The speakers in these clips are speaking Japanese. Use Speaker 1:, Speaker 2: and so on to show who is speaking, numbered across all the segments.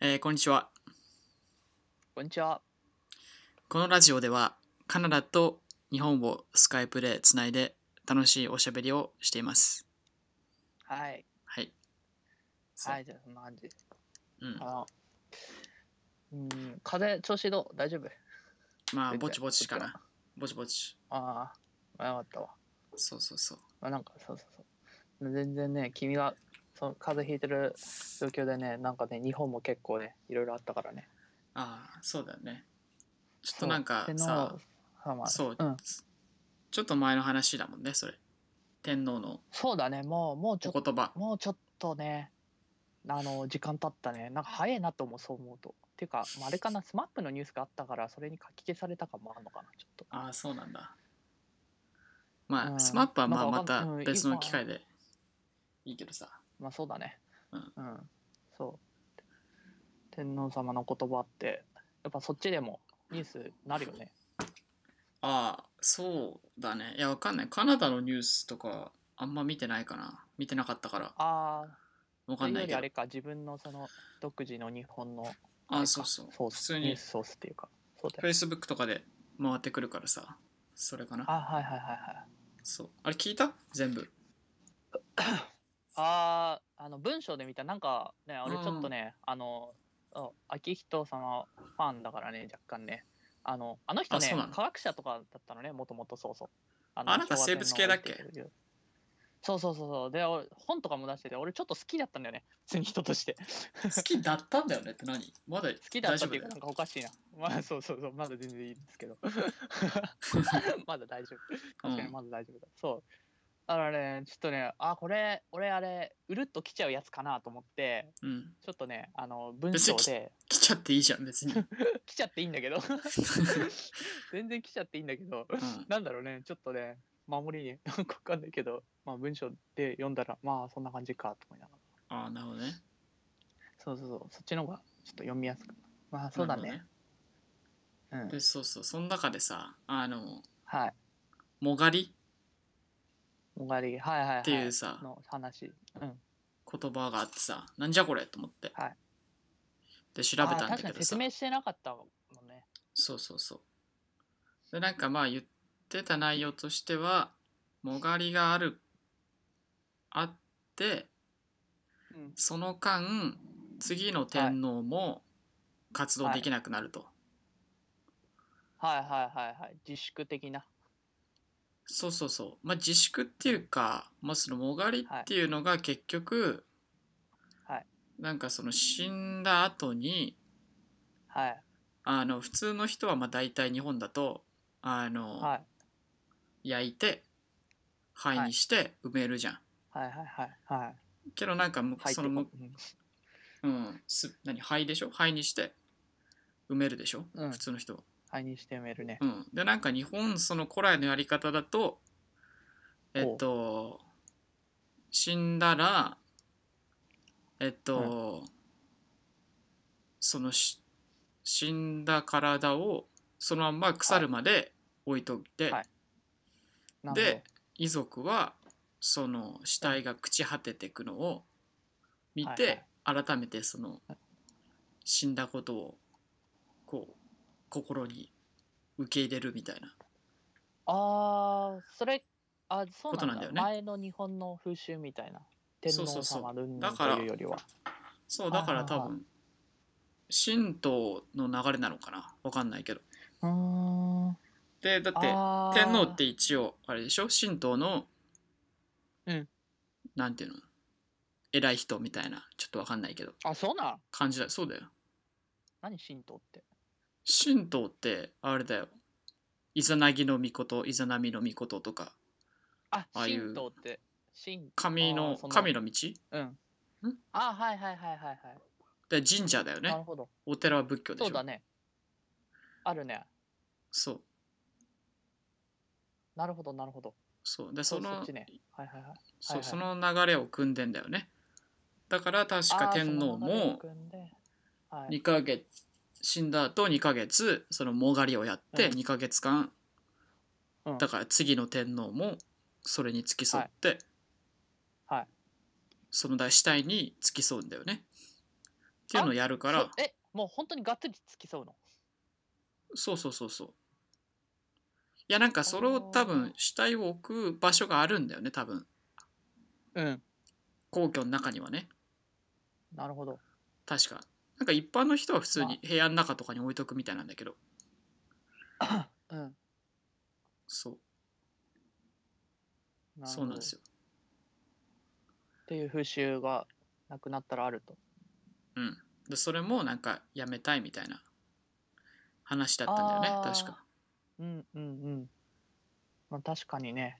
Speaker 1: えーこんにちは。
Speaker 2: こんにちは。
Speaker 1: このラジオではカナダと日本をスカイプでつないで楽しいおしゃべりをしています。
Speaker 2: はい。
Speaker 1: はい。そう
Speaker 2: はい、じゃあ、そんな感じ。
Speaker 1: うん、
Speaker 2: あの、うん、風、調子どう大丈夫
Speaker 1: まあ、
Speaker 2: 全然
Speaker 1: ぼちぼちか
Speaker 2: こっち
Speaker 1: な。ぼちぼち。
Speaker 2: ああ、よかったわ。
Speaker 1: そうそうそう。
Speaker 2: まあ、なんか、そうそうそう。全然ね、君が、その風邪ひいてる状況でね、なんかね、日本も結構ね、いろいろあったからね。
Speaker 1: ああ、そうだよね。ちょっ
Speaker 2: そ
Speaker 1: と
Speaker 2: う
Speaker 1: なんか
Speaker 2: 天皇
Speaker 1: さ、
Speaker 2: 様
Speaker 1: そう、
Speaker 2: うん
Speaker 1: ちょっと前の話だもんね、それ。天皇の
Speaker 2: そうだね、もう、もうちょっ
Speaker 1: お言葉
Speaker 2: と、。もうちょっとね、あの、時間経ったね。なんか早いなと思う、そう思うと。っていうか、まあ、あれかな、スマップのニュースがあったから、それに書き消されたかもあるのかな、ちょっと。
Speaker 1: ああ、そうなんだ。ま
Speaker 2: う
Speaker 1: あ、
Speaker 2: ん
Speaker 1: スマップはまあ
Speaker 2: な
Speaker 1: ま
Speaker 2: んかわか
Speaker 1: た
Speaker 2: んうん
Speaker 1: 別の機会でいいけどさ。
Speaker 2: まあそうだね。
Speaker 1: うん
Speaker 2: うん。そう。天皇様の言葉って、やっぱそっちでもニュースなるよね。
Speaker 1: ああ、そうだね。いや、わかんない。カナダのニュースとか、あんま見てないかな。見てなかったから、
Speaker 2: あ
Speaker 1: わ
Speaker 2: あ、と
Speaker 1: か
Speaker 2: い
Speaker 1: ん
Speaker 2: う
Speaker 1: な
Speaker 2: よ
Speaker 1: い
Speaker 2: り
Speaker 1: け
Speaker 2: あ
Speaker 1: ど。
Speaker 2: れか、自分のその独自の日本のあれ
Speaker 1: ああ、
Speaker 2: か
Speaker 1: そうそう。
Speaker 2: ソー
Speaker 1: 普
Speaker 2: ス、
Speaker 1: 通
Speaker 2: ニュー
Speaker 1: に
Speaker 2: スソースっていうか、そうだよね。
Speaker 1: Facebook とかで回ってくるからさ。それかな。
Speaker 2: あはいはいはいはい。
Speaker 1: そう。あれ聞いた全部。
Speaker 2: ああ、あの文章で見た、なんかね、俺ちょっとね、あの、あ昭仁様ファンだからね、若干ね。あの、あの人
Speaker 1: あそ
Speaker 2: ね
Speaker 1: うなの、
Speaker 2: 科学者とかだったのね、もともとそうそう。あ
Speaker 1: あなた
Speaker 2: 昭和
Speaker 1: 生物系だっけ
Speaker 2: 天皇が出てるそうそうそうそう。で、俺本とかも出してて、俺ちょっと好きだったんだよね、普通に人として。
Speaker 1: 好きだったんだよねって何まだ
Speaker 2: 好きだっ
Speaker 1: 大丈
Speaker 2: た
Speaker 1: 夫だ
Speaker 2: ってい
Speaker 1: よ
Speaker 2: うか、なんかおかしいな。まあ、そうそうそう、まだ全然いいんで すけど。まだ大丈夫。確かに
Speaker 1: うん
Speaker 2: まだ大丈夫だ。そう。だからね、ちょっとね、あ、これ、俺あれ、うるっと来ちゃうやつかなと思って、
Speaker 1: うん。
Speaker 2: ちょっとね、あの、文章で、
Speaker 1: 来ちゃっていいじゃん、 別に。うん。
Speaker 2: 来ちゃっていいんだけど、 全然来ちゃっていいんだけど、なんだろうね、ちょっとね、守りに、 なんかわかんないけど、まあ文章で読んだら、まあそんな感じかと思いながら。
Speaker 1: ああ、なるほどね。
Speaker 2: そうそうそう、そっちの方がちょっと読みやすく。まあそうだ
Speaker 1: なる
Speaker 2: ね。う
Speaker 1: ほど
Speaker 2: ん
Speaker 1: ね。で、。そうそう。その中でさ、あの、
Speaker 2: はい。
Speaker 1: もがり
Speaker 2: おがり、はいはいはい。
Speaker 1: っていうさ、
Speaker 2: の話。うん。
Speaker 1: 言葉があってさ、なんじゃこれと思って。
Speaker 2: はい
Speaker 1: で、調べたん
Speaker 2: あ
Speaker 1: だ
Speaker 2: ー確か
Speaker 1: け
Speaker 2: に
Speaker 1: どさ
Speaker 2: 説。明してなかったもんね。
Speaker 1: そうそうそう。で、なんかまあ言ってた内容としては、もがりがある、あって、
Speaker 2: うん。
Speaker 1: その間、次の天皇も活動できなくなると。
Speaker 2: はいはいはいはい。自粛的な。
Speaker 1: そうそうそう。まあ自粛っていうか、まあそのもがりっていうのが結局、
Speaker 2: はい
Speaker 1: なんかその死んだ後に、
Speaker 2: はい。
Speaker 1: あの普通の人はまあ大体日本だと、あの、
Speaker 2: はい。
Speaker 1: 焼いて灰にして埋めるじゃん、
Speaker 2: はいはいはい。はい。
Speaker 1: けどなんかむ
Speaker 2: はい
Speaker 1: そのむ
Speaker 2: とかうん
Speaker 1: うんす何灰でしょ灰にして埋めるでしょ、
Speaker 2: うん
Speaker 1: 普通の人は、
Speaker 2: はいにしてメールね。
Speaker 1: うん、でなんか日本その古来のやり方だとえっと死んだらえっと、そのし死んだ体をそのまんま腐るまで置いといて、
Speaker 2: はいなるほど
Speaker 1: で、遺族はその死体が朽ち果てていくのを見て、改めてその死んだことをこう心に受け入れるみたいな
Speaker 2: ああ、それ、あそう
Speaker 1: こと
Speaker 2: なんだ
Speaker 1: なんだよね
Speaker 2: 前の日本の風習みたいな。天
Speaker 1: そうそう
Speaker 2: 皇
Speaker 1: そう
Speaker 2: 様ルン
Speaker 1: だから
Speaker 2: というよりは。
Speaker 1: そうだから
Speaker 2: はいは
Speaker 1: 多
Speaker 2: いはい
Speaker 1: 分神道の流れなのかなわかんないけど
Speaker 2: うーん。
Speaker 1: でだって
Speaker 2: あー
Speaker 1: 天皇って一応あれでしょ神道の、
Speaker 2: うん
Speaker 1: なんていうの偉い人みたいなちょっとわかんないけど
Speaker 2: あ、そうなん
Speaker 1: 感じだそうだよ
Speaker 2: 何神道って。
Speaker 1: 神道ってあれだよイザナギの御事イザナミの御事とか
Speaker 2: あ、
Speaker 1: ああいう
Speaker 2: 神道って。神
Speaker 1: 神
Speaker 2: あ
Speaker 1: の
Speaker 2: ーその
Speaker 1: 神の道
Speaker 2: うん。あはいはいはいはいはい。
Speaker 1: で神社だよ
Speaker 2: なる
Speaker 1: ね
Speaker 2: ほど。
Speaker 1: お寺は仏教でしょ
Speaker 2: そうだね。あるね。
Speaker 1: そう
Speaker 2: なるほどなるほど。
Speaker 1: そうで
Speaker 2: そ
Speaker 1: そう
Speaker 2: そ
Speaker 1: の
Speaker 2: っちね。はいはいはい。
Speaker 1: そう
Speaker 2: はい
Speaker 1: そ
Speaker 2: はい
Speaker 1: の流れを組んでんだよねだから確か
Speaker 2: あー
Speaker 1: 天皇
Speaker 2: その流れを
Speaker 1: も
Speaker 2: 組んではい
Speaker 1: 2ヶ月死んだ後2ヶ月そのもがりをやって
Speaker 2: うん
Speaker 1: 2ヶ月間
Speaker 2: うん
Speaker 1: だから次の天皇もそれに付き添って
Speaker 2: はいはい
Speaker 1: その死体に付き添うんだよねていうのをやるから
Speaker 2: そうえもう本当にがっつり付き添うの
Speaker 1: そうそうそうそういやなんかそれを多分死体を置く場所があるんだよね多分
Speaker 2: うん
Speaker 1: 皇居の中にはね
Speaker 2: なるほど
Speaker 1: 確かなんか一般の人は普通に部屋の中とかに置いとくみたいなんだけど
Speaker 2: うん
Speaker 1: そう
Speaker 2: なるほど
Speaker 1: そうなんですよ
Speaker 2: っていう風習がなくなったらあると
Speaker 1: でそれもなんかやめたいみたいな話だったんだよね
Speaker 2: あー
Speaker 1: 確か
Speaker 2: うんうんうんまあ確かにね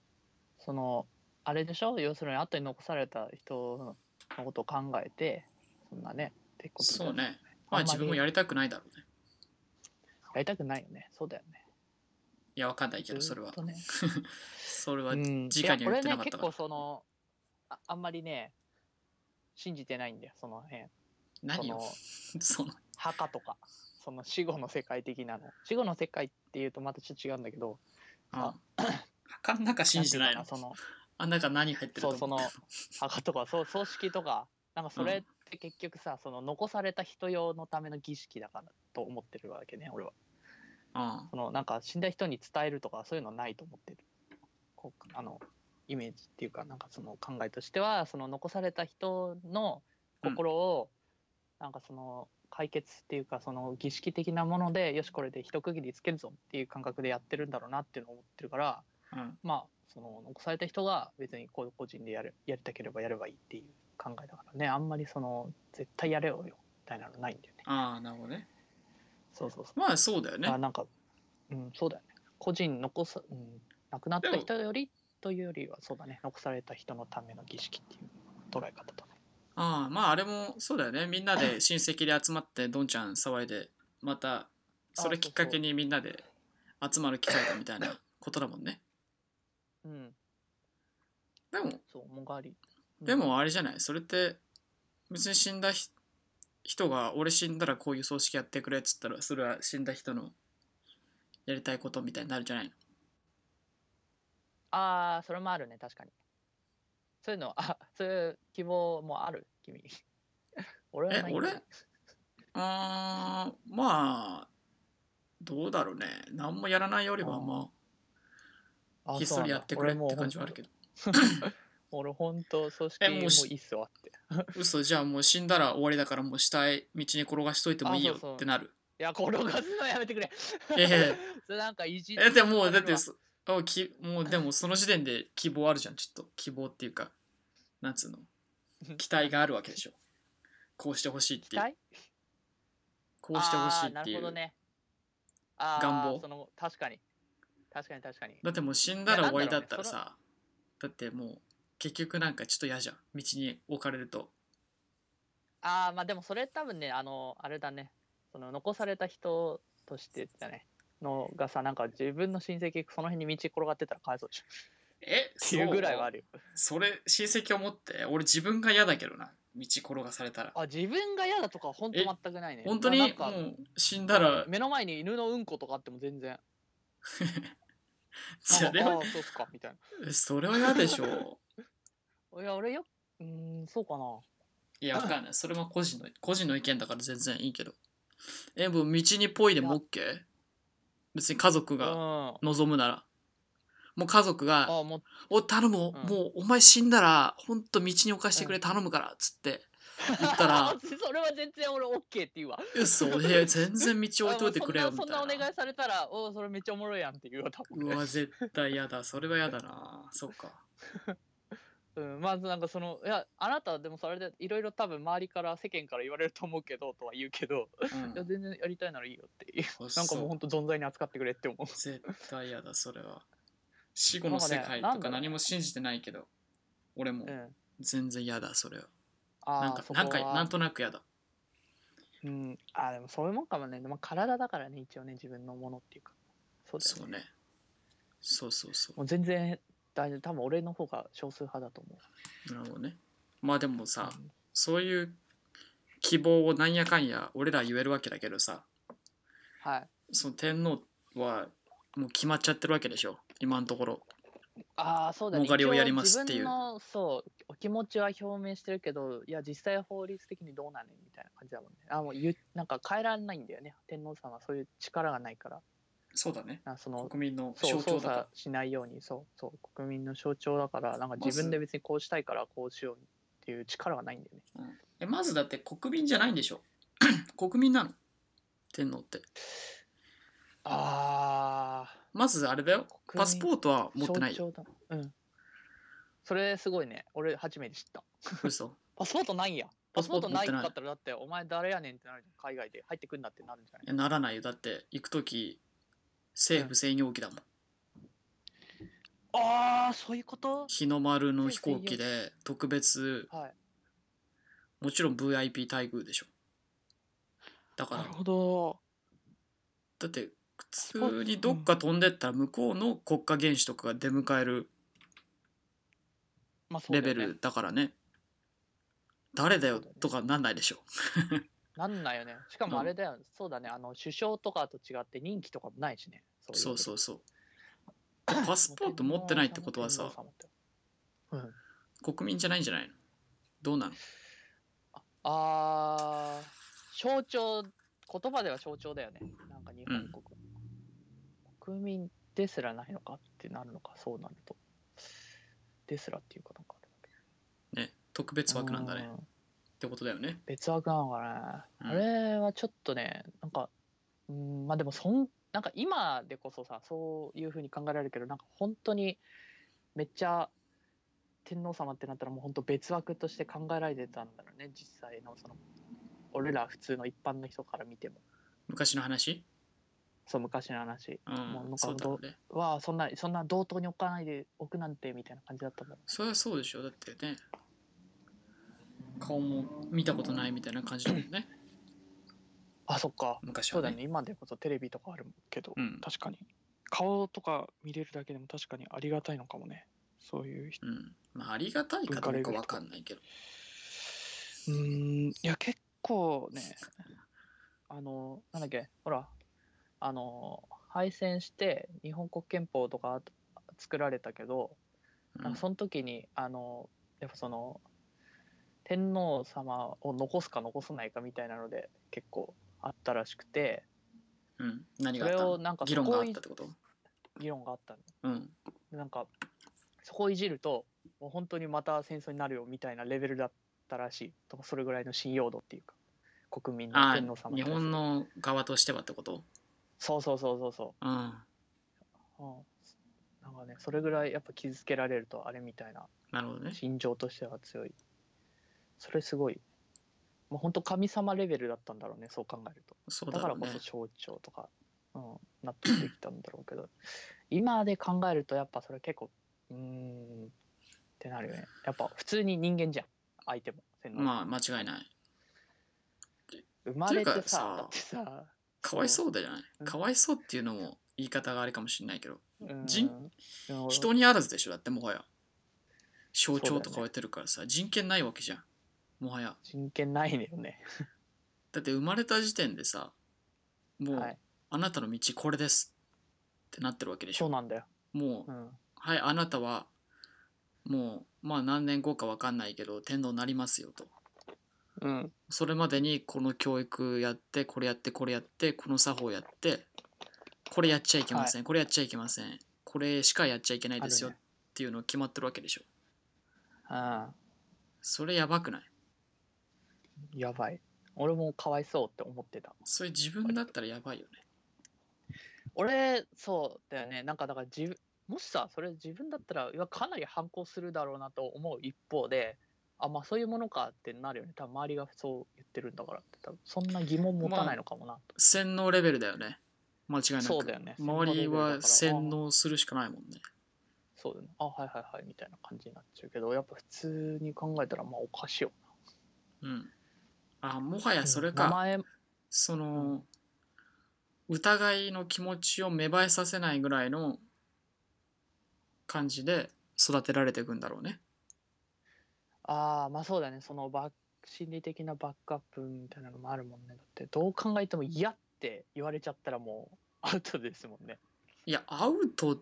Speaker 2: そのあれでしょ要するに後に残された人のことを考えてそんなねってこと
Speaker 1: そうねまあ
Speaker 2: あんまり
Speaker 1: 自分もやりたくないだろうね
Speaker 2: やりたくないよねそうだよね
Speaker 1: いやわかんないけどそれは
Speaker 2: ずっとね
Speaker 1: それは
Speaker 2: うん
Speaker 1: 直には言ってなか
Speaker 2: いやこれね
Speaker 1: った
Speaker 2: 結
Speaker 1: か
Speaker 2: 構
Speaker 1: ら
Speaker 2: そのああんまりね信じてないんだよその辺そ
Speaker 1: 何を
Speaker 2: の
Speaker 1: その
Speaker 2: 墓とかその死後の世界的なの死後の世界っていうとまたちょっと違うんだけど
Speaker 1: あ墓の中信じてない
Speaker 2: ん
Speaker 1: の
Speaker 2: てうかその
Speaker 1: あん中何入ってると
Speaker 2: そうそ
Speaker 1: 思っ
Speaker 2: の
Speaker 1: てんの
Speaker 2: 墓とかそう葬式とかなんかそれって結局さ、その残された人用のための儀式だからと思ってるわけね俺は
Speaker 1: あ
Speaker 2: そのなんか死んだ人に伝えるとかそういうのないと思ってるこうあのイメージっていうかなんかその考えとしてはその残された人の心を、なんかその解決っていうかその儀式的なものでよしこれで一区切りつけるぞっていう感覚でやってるんだろうなっていうのを思ってるから、
Speaker 1: うん
Speaker 2: まあその残された人が別に個個人でやるやりたければやればいいっていう考えだからねあんまりその絶対やれよよみたいなのないんだよね
Speaker 1: ああなるほどね
Speaker 2: そうそうそ
Speaker 1: まあそうだよ
Speaker 2: う、
Speaker 1: ね
Speaker 2: あなんかうんそうだよね個人残さ、うん、亡くなった人よりというよりはそうだね残された人のための儀式っていう捉え方だね
Speaker 1: ああまああれもそうだよねみんなで親戚で集まってどんちゃん騒いでまたそれきっかけにみんなで集まる機会だみたいなことだもんね
Speaker 2: うん
Speaker 1: でも
Speaker 2: そうもがり、うん
Speaker 1: でもあれじゃないそれって別に死んだひ人が俺死んだらこういう葬式やってくれっつったらそれは死んだ人のやりたいことみたいになるじゃないの
Speaker 2: ああそれもあるね確かにそういうのあそういう希望もある君俺はないんだよ
Speaker 1: えあーまあどうだろうね何もやらないよりはま
Speaker 2: あ
Speaker 1: あひっ
Speaker 2: そ
Speaker 1: そ
Speaker 2: うなん
Speaker 1: り
Speaker 2: だ
Speaker 1: やってくれっ
Speaker 2: 俺もう
Speaker 1: て感じはあるけど
Speaker 2: 俺ほんと葬式
Speaker 1: え
Speaker 2: も
Speaker 1: も
Speaker 2: う
Speaker 1: うし
Speaker 2: いいっすわって
Speaker 1: 嘘じゃあもう死んだら終わりだからもう死体道に転がしといてもいいよ
Speaker 2: あそうそう
Speaker 1: ってなる
Speaker 2: いや転がすのやめてくれ
Speaker 1: いやいやいや
Speaker 2: それなんかいじ
Speaker 1: えでももうだっ
Speaker 2: う
Speaker 1: てそあきもうでもその時点で希望あるじゃんちょっと希望っていうかなん つうの期待があるわけでしょこうしてほしいって
Speaker 2: 期
Speaker 1: いう
Speaker 2: 待
Speaker 1: こうしてほしい
Speaker 2: あーな
Speaker 1: ってい
Speaker 2: る
Speaker 1: う
Speaker 2: ほどねあー
Speaker 1: 願望
Speaker 2: その確かに確かに確かに
Speaker 1: だってもう死んだら終わりだったら
Speaker 2: いや
Speaker 1: さだってもう結局なんかちょっと嫌じゃん道に置かれると
Speaker 2: ああまあでもそれ多分ねあのあれだねその残された人としてだねのがさなんか自分の親戚その辺に道転がってたらかわいそうでしょ
Speaker 1: え
Speaker 2: っていうぐらいはあ
Speaker 1: る
Speaker 2: るよ
Speaker 1: それ親戚を持って俺自分が嫌だけどな道転がされたら
Speaker 2: あ自分が嫌だとかほんと
Speaker 1: え
Speaker 2: 全くないね
Speaker 1: 本当に
Speaker 2: な
Speaker 1: も
Speaker 2: んか
Speaker 1: う死んだら
Speaker 2: 目の前に犬のうんことかあっても全然
Speaker 1: それ
Speaker 2: なん
Speaker 1: は
Speaker 2: かあーそうっすかみたいな
Speaker 1: それは嫌でしょ
Speaker 2: いや、俺よ、うーん、そうかな。
Speaker 1: いや、わかんない。それは個人の、個人の意見だから全然いいけど。え、もう道にぽいでも OK? 別に家族が
Speaker 2: うん。
Speaker 1: 望むなら。もう家族が、
Speaker 2: あ、もう、
Speaker 1: お、頼む、
Speaker 2: ん
Speaker 1: もうお前死んだら、ほんと道に置かしてく
Speaker 2: う
Speaker 1: れ、
Speaker 2: ん
Speaker 1: 頼むから、つって。言った ら、
Speaker 2: それは全然俺オッケーって言うわ。
Speaker 1: 嘘、い や、全然道置いといてくれよ、
Speaker 2: あ
Speaker 1: み
Speaker 2: も
Speaker 1: た
Speaker 2: うそ
Speaker 1: い
Speaker 2: んな
Speaker 1: な
Speaker 2: そんなお願。いされたら、おそれめっちゃおもろいやんって言うわ、多分
Speaker 1: う
Speaker 2: ね。
Speaker 1: わ、絶対嫌だ。それは嫌だな。そっか。
Speaker 2: うん、まずなんかその、いや、あなたはでもそれでいろいろ多分周りから世間から言われると思うけど、とは言うけど、
Speaker 1: う
Speaker 2: いや、
Speaker 1: ん、
Speaker 2: 全然やりたいならいいよっていう。なんかもう
Speaker 1: そ
Speaker 2: ほ
Speaker 1: うん
Speaker 2: と存在に扱ってくれって思う。
Speaker 1: 絶対嫌だ、それは。死後の世界
Speaker 2: なんかねな
Speaker 1: と
Speaker 2: んだ
Speaker 1: か
Speaker 2: ろう
Speaker 1: 何も信じてないけど、俺も
Speaker 2: うん。
Speaker 1: 全然嫌だ、それは。
Speaker 2: あー
Speaker 1: なんか
Speaker 2: そこ
Speaker 1: な
Speaker 2: は
Speaker 1: んかなんとなくやだ
Speaker 2: うん。あー、でもそういうもんかもね。まあ、体だからね、一応ね、自分のものっていうか。そうだよ
Speaker 1: そうねそうそうそ
Speaker 2: もう全然大丈夫多分俺の方が少数派だと思う
Speaker 1: うなるほどねまあでもさ
Speaker 2: うん
Speaker 1: そういう希望をなんやかんや俺ら言えるわけだけどさ
Speaker 2: はい
Speaker 1: その天皇はもう決まっちゃってるわけでしょ今のところ
Speaker 2: ああそうだね
Speaker 1: 儲かりをやりますっていう
Speaker 2: 一応自分のそうお気持ちは表明してるけどいや実際法律的にどうなのみたいな感じだもんねあもうゆなんか変えられないんだよね天皇さんはそういう力がないから
Speaker 1: そうだね
Speaker 2: なんかその
Speaker 1: 国民の
Speaker 2: そ
Speaker 1: 象
Speaker 2: う操
Speaker 1: 徴だから
Speaker 2: 作しないようにそうそう国民の象徴だからなんか自分で別にこうしたいからこうしようっていう力がないんだよね
Speaker 1: えまずだって国民じゃないんでしょ 国民なの天皇って
Speaker 2: ああ
Speaker 1: まずあれだよ
Speaker 2: 国民
Speaker 1: パスポートは持ってないよ
Speaker 2: 象徴だうんそれすごいね俺初めて知った
Speaker 1: 嘘
Speaker 2: パスポートないんや
Speaker 1: パ
Speaker 2: パ
Speaker 1: ス
Speaker 2: ス
Speaker 1: ポ
Speaker 2: ポ
Speaker 1: ー
Speaker 2: ー
Speaker 1: ト
Speaker 2: ト
Speaker 1: 持っ
Speaker 2: ない
Speaker 1: て
Speaker 2: ん
Speaker 1: ない
Speaker 2: だったらだってお前誰やねんってなるじゃん海外で入ってくんなってなるんじゃない
Speaker 1: えならないよだって行く時政府専用機だもん
Speaker 2: ああそういうこと
Speaker 1: 日の丸の飛行機で特別
Speaker 2: はい
Speaker 1: もちろん VIP 待遇でしょだから
Speaker 2: なるほど
Speaker 1: だって普通にどっか飛んでったら向こうの国家元首とかが出迎える
Speaker 2: まあそうだ
Speaker 1: レ
Speaker 2: よね
Speaker 1: ベルだからね誰だよ
Speaker 2: そうだよね
Speaker 1: とかなんないでしょ
Speaker 2: なんないよねしかもあれだよ、そうだねあの首相とかと違って任期とかもないしねそ
Speaker 1: そう
Speaker 2: う
Speaker 1: そ
Speaker 2: いう
Speaker 1: そうパスポート持ってないってことはさ
Speaker 2: 天皇様ってうん
Speaker 1: 国民じゃないんじゃないのどうなの
Speaker 2: あー象徴言葉では象徴だよねなんか日本国、国民ですらないのかってなるのかそうなるとですらっていうかなんかあれだけど
Speaker 1: ね特別枠なんだね
Speaker 2: う
Speaker 1: ってことだよね
Speaker 2: 別枠なのか
Speaker 1: うん
Speaker 2: ね、あれはちょっとねなんかうんまあでもそんなんか今でこそさそういうふうに考えられるけどなんか本当にめっちゃ天皇様ってなったらもう本当別枠として考えられてたんだろうね実際のその俺ら普通の一般の人から見ても
Speaker 1: 昔の話
Speaker 2: そう昔の話
Speaker 1: う
Speaker 2: もうなん
Speaker 1: ん
Speaker 2: か
Speaker 1: そうだろうね
Speaker 2: はそんなそんな同等に置かないでおくなんてみたいな感じだったんだろ
Speaker 1: そりゃそうでしょだってね顔も見たことないみたいな感じだもんね
Speaker 2: うあそっか
Speaker 1: 昔
Speaker 2: そう
Speaker 1: は
Speaker 2: だ
Speaker 1: ね
Speaker 2: よね今でこそテレビとかあるけど、
Speaker 1: うん
Speaker 2: 確かに顔とか見れるだけでも確かにありがたいのかもねそういう人
Speaker 1: うんまあありがたいかどうかわかんないけど
Speaker 2: うーんいや結構ね あのなんだっけほらあの敗戦して日本国憲法とか作られたけど、なんかその時にあのやっぱその天皇様を残すか残さないかみたいなので結構あったらしくて
Speaker 1: うんうん何
Speaker 2: そ
Speaker 1: があっ
Speaker 2: れ
Speaker 1: たの
Speaker 2: をなんか
Speaker 1: 議
Speaker 2: そ
Speaker 1: 論が
Speaker 2: こ
Speaker 1: あ
Speaker 2: を
Speaker 1: っ
Speaker 2: い
Speaker 1: たってこと
Speaker 2: 議論があったの
Speaker 1: うん
Speaker 2: なんかそこをいじるともう本当にまた戦争になるよみたいなレベルだったらしいとかそれぐらいの信用度っていうか国民の
Speaker 1: あ
Speaker 2: 天皇
Speaker 1: あ
Speaker 2: 様に
Speaker 1: 日
Speaker 2: 対す
Speaker 1: 本
Speaker 2: る
Speaker 1: の側としてはってこと
Speaker 2: そうそうそうそうそ
Speaker 1: うん
Speaker 2: う、うん、なんかねそれぐらいやっぱ傷つけられるとあれみたいな
Speaker 1: なるほどね
Speaker 2: 心情としては強いそれすごいもう本当神様レベルだったんだろうねそう考えると
Speaker 1: そう
Speaker 2: だ
Speaker 1: だ
Speaker 2: か
Speaker 1: ろ
Speaker 2: ら
Speaker 1: う
Speaker 2: こ
Speaker 1: ね
Speaker 2: そ象徴とか、うん、納得できたんだろうけど 今で考えるとやっぱそれ結構うーんってなるよねやっぱ普通に人間じゃん相手も洗脳
Speaker 1: まあ間違いない
Speaker 2: 生まれて
Speaker 1: っていうかさ
Speaker 2: さだってさ
Speaker 1: かわいそうだじゃない
Speaker 2: うん
Speaker 1: かわいそうっていうのも言い方があれかもしれないけど
Speaker 2: うん
Speaker 1: 人
Speaker 2: うん
Speaker 1: 人にあらずでしょだってもはや象徴とか置いてるからさ、人権ないわけじゃんもはや
Speaker 2: 人権ないんだよね、
Speaker 1: だって生まれた時点でさもう、
Speaker 2: はい
Speaker 1: あなたの道これですってなってるわけでし
Speaker 2: そう
Speaker 1: ょ
Speaker 2: なんだよ、
Speaker 1: もう
Speaker 2: う、ん、
Speaker 1: はいあなたはもうまあ何年後かわかんないけど天皇になりますよと
Speaker 2: うん、
Speaker 1: それまでにこの教育やってこれやってこれやってこの作法やってこれやっちゃいけません、これやっちゃいけませんこれしかやっちゃいけないですよ
Speaker 2: あ
Speaker 1: っ
Speaker 2: るね
Speaker 1: ていうの決まってるわけでしょ
Speaker 2: あ
Speaker 1: それやばくない
Speaker 2: ーやばい俺もかわいそうって思ってた
Speaker 1: それ自分だったらやばいよね
Speaker 2: 俺そうだよねなんかだから自分もしさそれ自分だったらいやかなり反抗するだろうなと思う一方であまあそういうものかってなるよね多分周りがそう言ってるんだからって多分そんな疑問持たないのかもなと、
Speaker 1: 洗脳レベルだよね間違いなく
Speaker 2: そうだよね
Speaker 1: 周りは洗
Speaker 2: あ
Speaker 1: 脳するしかないもんね
Speaker 2: そうだよねあはいはいはいみたいな感じになっちゃうけどやっぱ普通に考えたらまあおかしいよ
Speaker 1: うんあもは
Speaker 2: な
Speaker 1: やそれ
Speaker 2: 名
Speaker 1: か
Speaker 2: 前
Speaker 1: その疑いの気持ちを芽生えさせないぐらいの感じで育てられていくんだろうね
Speaker 2: ああまあそうだねそのバッ心理的なバックアップみたいなのもあるもんねだってどう考えても嫌って言われちゃったらもうアウトですもんね
Speaker 1: いやアウト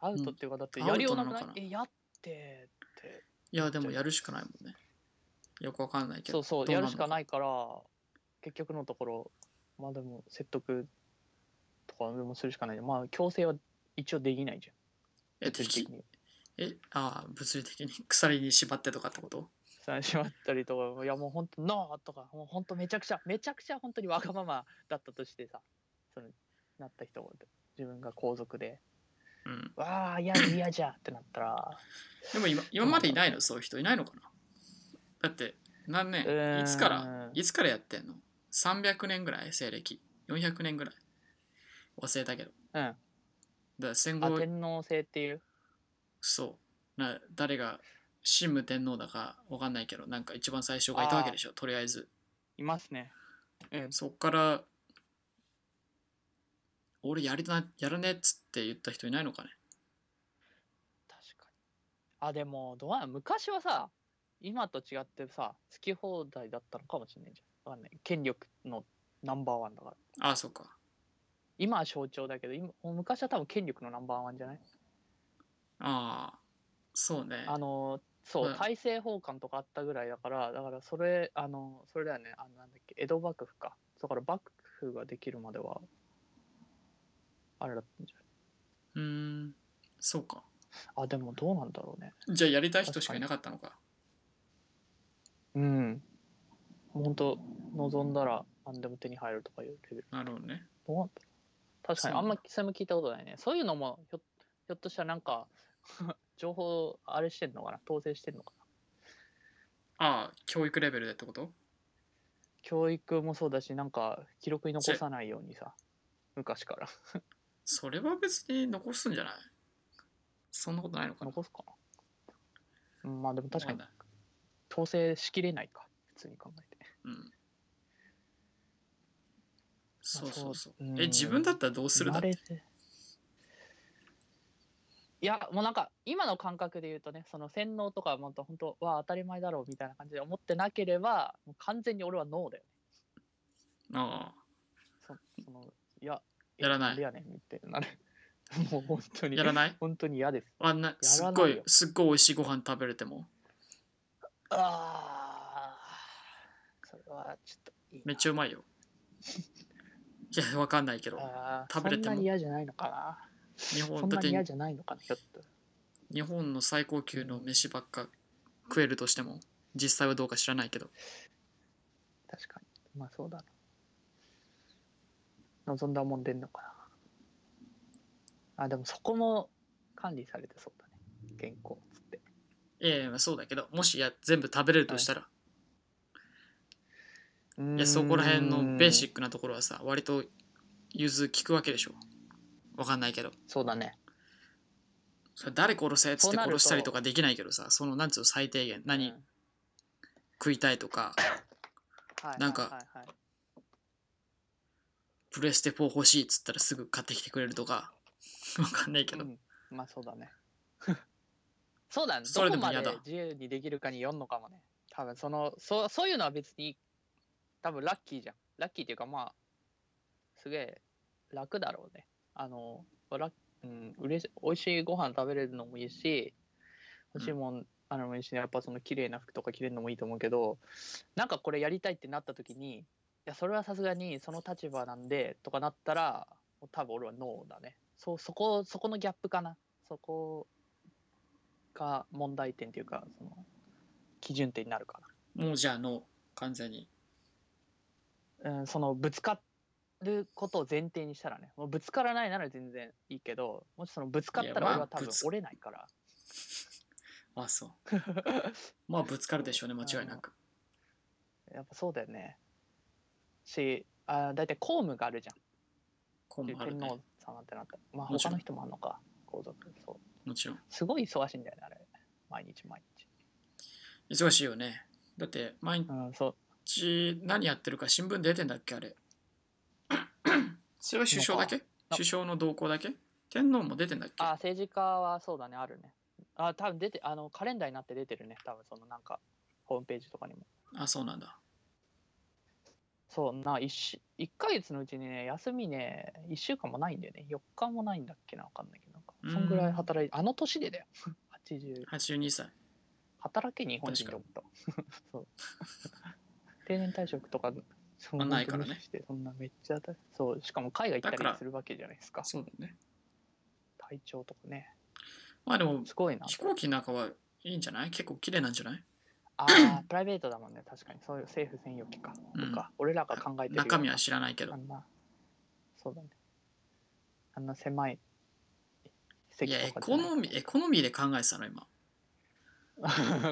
Speaker 2: アウトっていうかだって
Speaker 1: うん
Speaker 2: やりようなく
Speaker 1: アウ
Speaker 2: な
Speaker 1: トな
Speaker 2: い
Speaker 1: のか
Speaker 2: えやってって
Speaker 1: いやでもやるしかないもんねよくわかんないけ
Speaker 2: そ
Speaker 1: ど
Speaker 2: うそう
Speaker 1: どう
Speaker 2: や
Speaker 1: なの
Speaker 2: るしかないから結局のところまあでも説得とかでもするしかないまあ強制は一応できないじゃん
Speaker 1: え
Speaker 2: 物理的に
Speaker 1: えああ物理的に 鎖に縛ってとかってこと
Speaker 2: さしまったりとかい やもう本当ノーとかもう本当めちゃくちゃめちゃくちゃ本当にわがままだったとしてさそのなった人自分が皇族で
Speaker 1: うん
Speaker 2: わあ嫌じゃ嫌じゃってなったら
Speaker 1: でも今今までいないのそういう人いないのかなだって何年
Speaker 2: うーん
Speaker 1: いつからいつからやってんの ?300 年ぐらい西暦400年ぐらい忘れたけど
Speaker 2: うん
Speaker 1: だから戦
Speaker 2: あ
Speaker 1: 後
Speaker 2: 天皇制っていう
Speaker 1: そうな誰が神武天皇だかわかんないけどなんか一番最初がいたわけでしょとりあえず
Speaker 2: いますねうん
Speaker 1: そっから俺やりたなやるねっつって言った人いないのかね
Speaker 2: 確かにあでもどうなん昔はさ今と違ってさ好き放題だったのかもしれないじゃんわかんない権力のナンバーワンだから
Speaker 1: ああそっか
Speaker 2: 今は象徴だけど今昔は多分権力のナンバーワンじゃない
Speaker 1: ああそうね
Speaker 2: あのそう、
Speaker 1: うん
Speaker 2: 大政奉還とかあったぐらいだからだからそれあのそれだよねあのなんだっけ江戸幕府かだから幕府ができるまではあれだったんじゃ
Speaker 1: うーんそうか
Speaker 2: ないあでもどうなんだろうね
Speaker 1: じゃあやりたい人しかいなかったのか
Speaker 2: うん本当望んだら何でも手に入るとかいうレベル
Speaker 1: なるほどね
Speaker 2: どうなんだろう確かに
Speaker 1: そう
Speaker 2: あんまそれも聞いたことないねそういうのもひょひょっとしたらなんか 情報あれしてんのかな統制してんのかな
Speaker 1: ああ教育レベルでってこと
Speaker 2: 教育もそうだしなんか記録に残さないようにさ昔から
Speaker 1: それは別に残すんじゃないそんなことないのかな
Speaker 2: 残すかなうんまあでも確かに
Speaker 1: わんない
Speaker 2: 統制しきれないか普通に考えて
Speaker 1: うんそうそうそう
Speaker 2: まあそう
Speaker 1: え
Speaker 2: うん
Speaker 1: 自分だったらどうするだっ
Speaker 2: 生まれ
Speaker 1: て
Speaker 2: ていやもうなんか今の感覚で言うとねその洗脳とかはもっと本当は当たり前だろうみたいな感じで思ってなければもう完全に俺はノーだよ
Speaker 1: ああ
Speaker 2: そそのいや
Speaker 1: やらない
Speaker 2: んでやねんみたいなる もう本当に
Speaker 1: やらない
Speaker 2: 本当に嫌です
Speaker 1: あんなすっごいすっごい美味しいご飯食べれても
Speaker 2: ああそれはちょっといいな
Speaker 1: めっちゃう まいよいやわかんないけど
Speaker 2: あー
Speaker 1: 食べれても
Speaker 2: そんなに嫌じゃないのかな
Speaker 1: 日
Speaker 2: そ
Speaker 1: 本
Speaker 2: ん
Speaker 1: だ
Speaker 2: な
Speaker 1: って
Speaker 2: に嫌じゃないのかなひょっと
Speaker 1: 日本の最高級の飯ばっか食えるとしても実際はどうか知らないけど
Speaker 2: 確かにまあそうだな望んだもん出んのかなあでもそこも管理されてそうだね健康っつって
Speaker 1: いやいやまあそうだけどもしや全部食べれるとしたら、いやそこら辺のベーシッ
Speaker 2: ク
Speaker 1: クなところはさ割と融通聞くわけでしょわかんないけど
Speaker 2: そうだね
Speaker 1: それ誰殺せっつっ
Speaker 2: そう
Speaker 1: て
Speaker 2: なると
Speaker 1: 殺したりとかできないけどさそのなんつうの最低限何
Speaker 2: うん
Speaker 1: 食いたいとか
Speaker 2: はい
Speaker 1: なんか
Speaker 2: はいはいはい
Speaker 1: プレステ4欲しいっつったらすぐ買ってきてくれるとか わかんないけど、
Speaker 2: うん、まあそうだねそうだね
Speaker 1: そ
Speaker 2: ど
Speaker 1: れ
Speaker 2: こ
Speaker 1: でも
Speaker 2: ま
Speaker 1: 嫌
Speaker 2: で
Speaker 1: だ
Speaker 2: 自由にできるかによんのかもね多分そのそうそういうのは別に多分ラッキーじゃんラッキーっていうかまあすげえ楽だろうねあのラッうん、うれし美味しいご飯食べれるのもいいし欲しいもん、あのもいいし、やっぱその綺麗な服とか着れるのもいいと思うけどなんかこれやりたいってなった時にいやそれはさすがにその立場なんでとかなったらもう多分俺はノーだねそうそこそこのギャップかなそこが問題点というかその基準点になるか
Speaker 1: もうじゃあの完全に
Speaker 2: な、うん、そのぶつかることを前提にしたらねもうぶつからないなら全然いいけどもしそのぶつかった
Speaker 1: いや
Speaker 2: ら
Speaker 1: まあ
Speaker 2: 俺は多分
Speaker 1: ぶつ
Speaker 2: 折れないから、
Speaker 1: あ そうまあぶつかるでしょうね間違いなく
Speaker 2: やっぱそうだよねしあ大体公務があるじゃん
Speaker 1: コンもある
Speaker 2: 天
Speaker 1: ね
Speaker 2: 皇様ってなったらまあ
Speaker 1: もちろ
Speaker 2: 他
Speaker 1: ん
Speaker 2: の人もあんのか皇族そう
Speaker 1: もちろん
Speaker 2: すごい忙しいんだよねあれ毎日毎日
Speaker 1: 忙しいよねだって毎
Speaker 2: うんそう
Speaker 1: 日何やってるか新聞出てんだっけあ れそれは首相だけ首相の動向だけ天皇も出てんだっけ
Speaker 2: あ政治家はそうだねあるねあ多分出てあのカレンダーになって出てるね多分そのなんかホームページとかにも
Speaker 1: あそうなんだ
Speaker 2: そうな 1, し1ヶ月のうちにね休みね1週間もないんだよね4日もないんだっけな分かんないけどなんか
Speaker 1: ううん
Speaker 2: そんぐらい働いあの年でだよ 80
Speaker 1: 82歳
Speaker 2: 働け日本人と思 ったそう定年退職とかそん
Speaker 1: まあないからね
Speaker 2: 無視してそんなめっちゃだそうしかも海外行っ
Speaker 1: だ
Speaker 2: た
Speaker 1: か
Speaker 2: り
Speaker 1: ら
Speaker 2: するわけじゃないですか
Speaker 1: そうだね
Speaker 2: 体調とかね
Speaker 1: まあでも
Speaker 2: すごいな
Speaker 1: 飛行機なんかはいいんじゃない結構綺麗なんじゃない
Speaker 2: あープライベートだもんね確かにそういう政府専用機か、
Speaker 1: うん
Speaker 2: とか俺らが考えてるような
Speaker 1: 中身は知らないけど
Speaker 2: あんなそうだねあんな狭い
Speaker 1: い
Speaker 2: 席
Speaker 1: やエ
Speaker 2: とかじゃ
Speaker 1: コ
Speaker 2: ない
Speaker 1: ノミ ーエコノミーで考えてたの今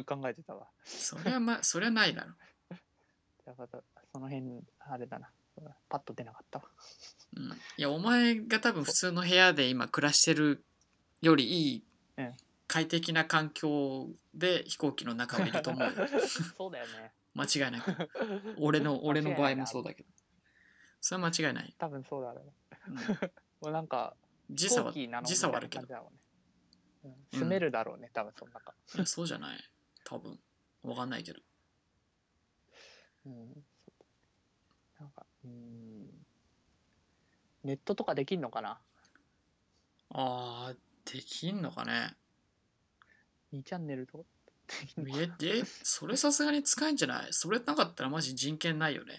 Speaker 2: 考えてたわ
Speaker 1: そりゃまそりゃないだろ
Speaker 2: じゃあまたその辺あれだなパッと出なかったわ
Speaker 1: うん、いやお前が多分普通の部屋で今暮らしてるよりいい
Speaker 2: うん
Speaker 1: 快適な環境で飛行機の中はいると思うよ
Speaker 2: そうだよね
Speaker 1: 間違いな く俺の俺の場合もそうだけどそれは間違いない、
Speaker 2: 多分そうだろうね
Speaker 1: うん
Speaker 2: もうなんか
Speaker 1: 時差は
Speaker 2: 飛行機なの
Speaker 1: 時差はあるけど
Speaker 2: みたいな感じだろうねうん、住めるだろうね、多分その中、
Speaker 1: いやそうじゃない多分わかんないけど
Speaker 2: うん、そうなんかうんネットとかできんのかな
Speaker 1: あーできんのかね
Speaker 2: 2チャンネルとかできんのか
Speaker 1: ええそれさすがに使えんじゃないそれなかったらマジ人権ないよね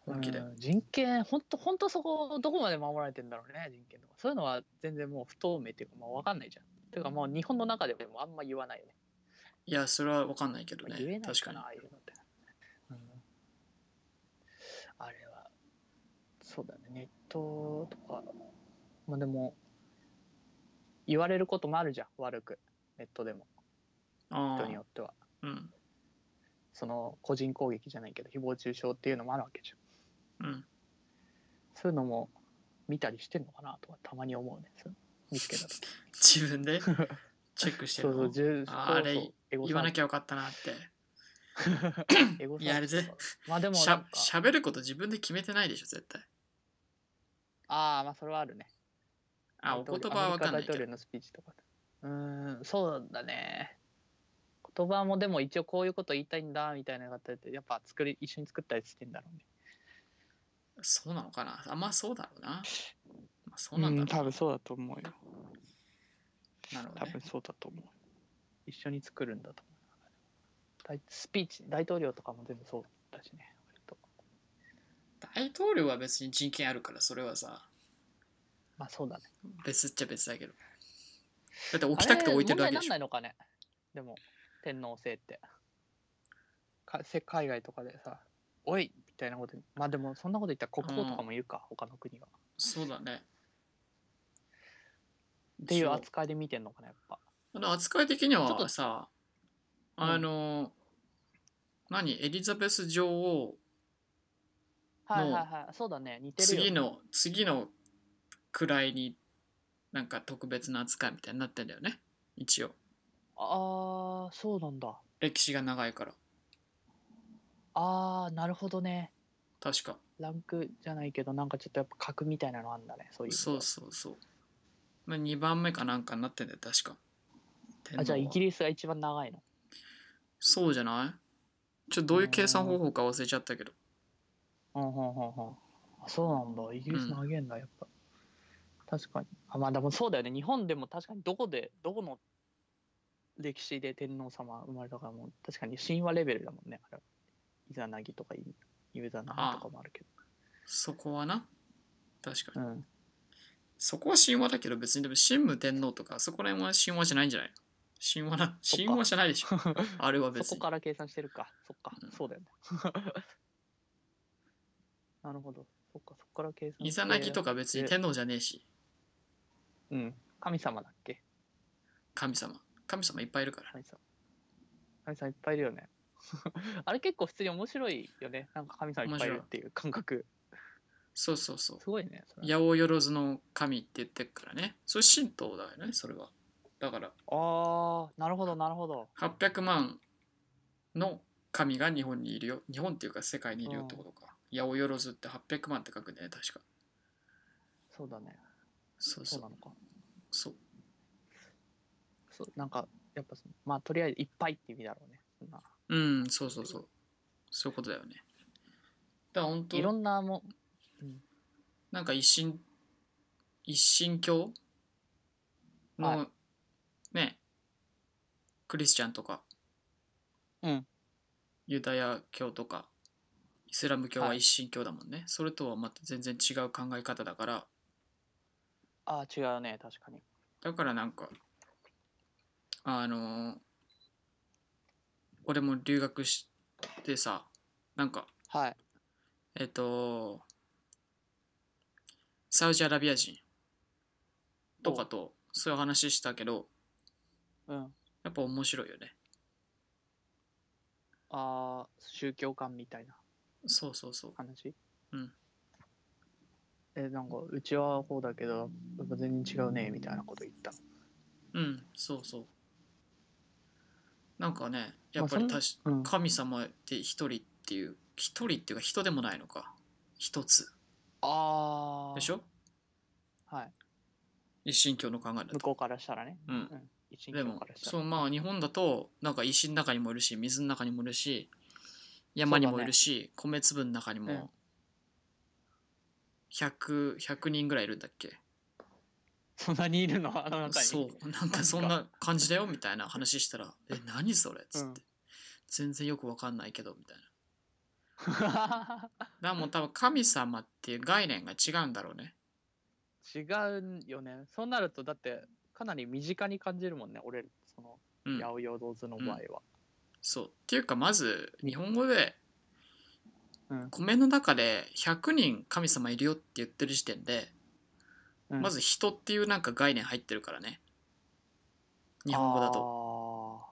Speaker 1: 本気で
Speaker 2: うん人権本当本当そこどこまで守られてんだろうね人権とかそういうのは全然もう不透明っていうかもう分かんないじゃんていうかもう日本の中でもあんま言わないよね
Speaker 1: いやそれはわかんないけど
Speaker 2: 言え
Speaker 1: ね
Speaker 2: ない
Speaker 1: 確か
Speaker 2: か
Speaker 1: に
Speaker 2: なああいうのって、うんあれはそうだねネットとかまあでも言われることもあるじゃん悪くネットでも
Speaker 1: あ
Speaker 2: 人に
Speaker 1: あ
Speaker 2: よっては
Speaker 1: うん
Speaker 2: その個人攻撃じゃないけど誹謗中傷っていうのもあるわけじゃん
Speaker 1: うん
Speaker 2: そういうのも見たりしてんのかなとかたまに思うねそう見つけ た時
Speaker 1: 自分 でチェックして
Speaker 2: そ
Speaker 1: る
Speaker 2: うそう
Speaker 1: の
Speaker 2: 重
Speaker 1: ああれ
Speaker 2: エゴ
Speaker 1: 言わな
Speaker 2: ゃ
Speaker 1: きゃよかったなって
Speaker 2: エゴサーチ
Speaker 1: やるぜ
Speaker 2: とかまあでも
Speaker 1: し
Speaker 2: な
Speaker 1: ゃ
Speaker 2: んか
Speaker 1: 喋ること自分で決めてないでしょ絶対
Speaker 2: ああまあそれはあるね
Speaker 1: あお
Speaker 2: 大統
Speaker 1: 言
Speaker 2: 領
Speaker 1: 葉はわかん
Speaker 2: ア
Speaker 1: な
Speaker 2: メリ
Speaker 1: い
Speaker 2: カ大
Speaker 1: けど
Speaker 2: 統領のスピーチとかうーんそうだね言葉もでも一応こういうこと言いたいんだみたいな方ってやっぱ作り一緒に作ったりしてんだろうね
Speaker 1: そうなのかなあんまあそうだろうな、まあ、そうなんだろう、
Speaker 2: 分そうだと思うよ
Speaker 1: なるほど、ね、
Speaker 2: そうだと思う一緒に作るんだと思う大スピーチ大統領とかも全部そうだしね割と
Speaker 1: 大統領は別に人権あるからそれはさ
Speaker 2: まあそうだね
Speaker 1: 別っちゃ別だけどだって置きたくて置いてるだけ
Speaker 2: あ
Speaker 1: で
Speaker 2: れ問題なん
Speaker 1: し
Speaker 2: な
Speaker 1: ょ
Speaker 2: いのかねでも天皇制ってかせ海外とかでさ「おい!」みたいなことまあでもそんなこと言ったら国王とかも言うか、他の国が
Speaker 1: そうだね
Speaker 2: っていう
Speaker 1: そう
Speaker 2: 扱いで見てんのかなやっぱ
Speaker 1: ただ扱い的に
Speaker 2: ちょっと
Speaker 1: はさあの、何エリザベス女王
Speaker 2: はい
Speaker 1: もう
Speaker 2: はいはいそうだね似てるよ
Speaker 1: 次の次の位になんか特別な扱いみたいになってんだよね一応
Speaker 2: ああそうなんだ
Speaker 1: 歴史が長いから
Speaker 2: ああなるほどね
Speaker 1: 確か
Speaker 2: ランクじゃないけどなんかちょっとやっぱ格みたいなのあんだねそういう
Speaker 1: そうそうそう、まあ、2番目かなんかになってんだよ確か天皇は
Speaker 2: あじゃあイギリスが一番長いの
Speaker 1: そうじゃないちょっとどういう計算方法か忘れちゃったけど
Speaker 2: うんうんうんうんあそうなんだイギリス長えんだやっぱ、確かにあまあでもそうだよね日本でも確かにどこでどこの歴史で天皇様生まれたかも確かに神話レベルだもんねあれイザナギとかイユザナギとかもあるけ
Speaker 1: そこはな確か
Speaker 2: ど
Speaker 1: に
Speaker 2: うん
Speaker 1: そこは神話だけど別にでも神武天皇とかそこら辺は神話じゃないんじゃない神話な
Speaker 2: そっか
Speaker 1: 神話じゃないで しょあれは別
Speaker 2: そ
Speaker 1: に
Speaker 2: こから計算してるか。そっか
Speaker 1: うん。
Speaker 2: そうだよね。 なるほど。そっか、そこから計算して。
Speaker 1: イザナギとか別に天皇じゃねえし
Speaker 2: うん。神様だっけ
Speaker 1: 神様神様いっぱいいるから
Speaker 2: 神様。神様いっぱいいるよね。 あれ結構普通に面白いよね。なんか神様いっぱいいるっていう感覚。
Speaker 1: そうそうそう
Speaker 2: すごいね。それ
Speaker 1: 八百万の神って言ってるからねそれ神道だよねそれはだから
Speaker 2: ああ、なるほど、なるほど。
Speaker 1: 800万の神が日本にいるよ日本っていうか世界にいるよってことか、八百万って800万って書くんだよね確か
Speaker 2: そうだね。
Speaker 1: そうそ
Speaker 2: そう
Speaker 1: う
Speaker 2: なのか。
Speaker 1: そう
Speaker 2: そうなんか、やっぱその、まあ、とりあえずいっぱいって意味だろうね。そんな
Speaker 1: うんそうそうそうそういうことだよねだから本
Speaker 2: いろ
Speaker 1: 当
Speaker 2: んなもん、
Speaker 1: なんか一神一神教の、
Speaker 2: は
Speaker 1: ねクリスチャンとか
Speaker 2: うん
Speaker 1: ユダヤ教とかイスラム教は一神教だもんね、それとはまた全然違う考え方だから
Speaker 2: ああ違うね確かに
Speaker 1: だからなんかあのー俺も留学してさなんか
Speaker 2: はい
Speaker 1: えっ、とサウジアラビア人とかとそういう話したけど
Speaker 2: うん
Speaker 1: やっぱ面白いよね
Speaker 2: ああ宗教観みたいな
Speaker 1: そうそうそう
Speaker 2: 話
Speaker 1: うん
Speaker 2: えなんかうちはこうだけどやっぱ全然違うねみたいなこと言った
Speaker 1: うんそうそうなんかねやっぱ
Speaker 2: ま
Speaker 1: り
Speaker 2: あそんな
Speaker 1: たし
Speaker 2: うん
Speaker 1: 神様って一人っていう一人っていうか人でもないのか一つ
Speaker 2: ああ
Speaker 1: でしょ
Speaker 2: はい
Speaker 1: 一神教の考えだと、
Speaker 2: 向こうからしたらね
Speaker 1: うん、
Speaker 2: 一
Speaker 1: で
Speaker 2: 日
Speaker 1: も
Speaker 2: からした
Speaker 1: そ
Speaker 2: ら
Speaker 1: うまあ日本だとなんか石の中にもいるし水の中にもいるし山にもいるし、米粒の中に
Speaker 2: うん
Speaker 1: も 100, 100人ぐらいいるんだっけ
Speaker 2: そんなにいるのあの中に
Speaker 1: そうなんかそんな感じだよみたいな話した ら「え何それ」っつって、
Speaker 2: うん
Speaker 1: 全然よくわかんないけどみたいなだからもう多分神様っていう概念が違うんだろうね
Speaker 2: 違うよねそうなるとだってかなり身近に感じるもんね俺その
Speaker 1: うん
Speaker 2: 八百万道図の場合は、
Speaker 1: そうっていうかまず日本語で
Speaker 2: うん
Speaker 1: 米の中で100人神様いるよって言ってる時点で、
Speaker 2: うん
Speaker 1: まず人っていうなんか概念入ってるからね日本語だと
Speaker 2: と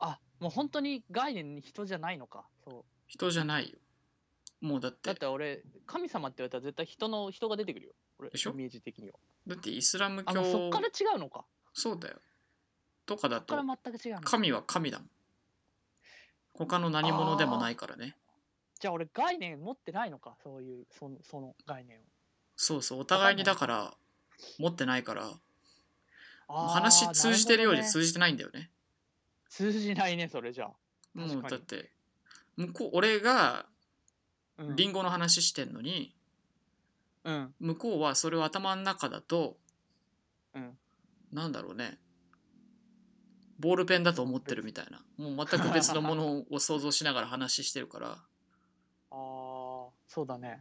Speaker 2: あーあもう本当に概念に人じゃないのかそう
Speaker 1: 人じゃないよもうだって
Speaker 2: だって俺神様って言われたら絶対人の人が出てくるよ俺
Speaker 1: でしょ
Speaker 2: イメージ的には
Speaker 1: だってイスラム
Speaker 2: あもうそ
Speaker 1: 教
Speaker 2: っから違うのか
Speaker 1: そうだよとかだ
Speaker 2: そっか
Speaker 1: と
Speaker 2: ら全く違うのか
Speaker 1: 神は神だもん他の何者でもないからね
Speaker 2: じゃあ俺概念持ってないのかそういうそのその概念を
Speaker 1: そうそうお互いにだから持ってないから
Speaker 2: あー
Speaker 1: 話通じてるよう
Speaker 2: な
Speaker 1: で
Speaker 2: ほどね
Speaker 1: 通じてないんだよね
Speaker 2: 通じないねそれじゃあどね
Speaker 1: もう
Speaker 2: 確か
Speaker 1: だ
Speaker 2: に
Speaker 1: って向こう俺が
Speaker 2: うん
Speaker 1: リンゴの話してんのに、
Speaker 2: うん
Speaker 1: 向こうはそれを頭の中だと
Speaker 2: うん
Speaker 1: なんだろうねボールペンだと思ってるみたいなもう全く別のものを想像しながら話してるから
Speaker 2: あーそうだね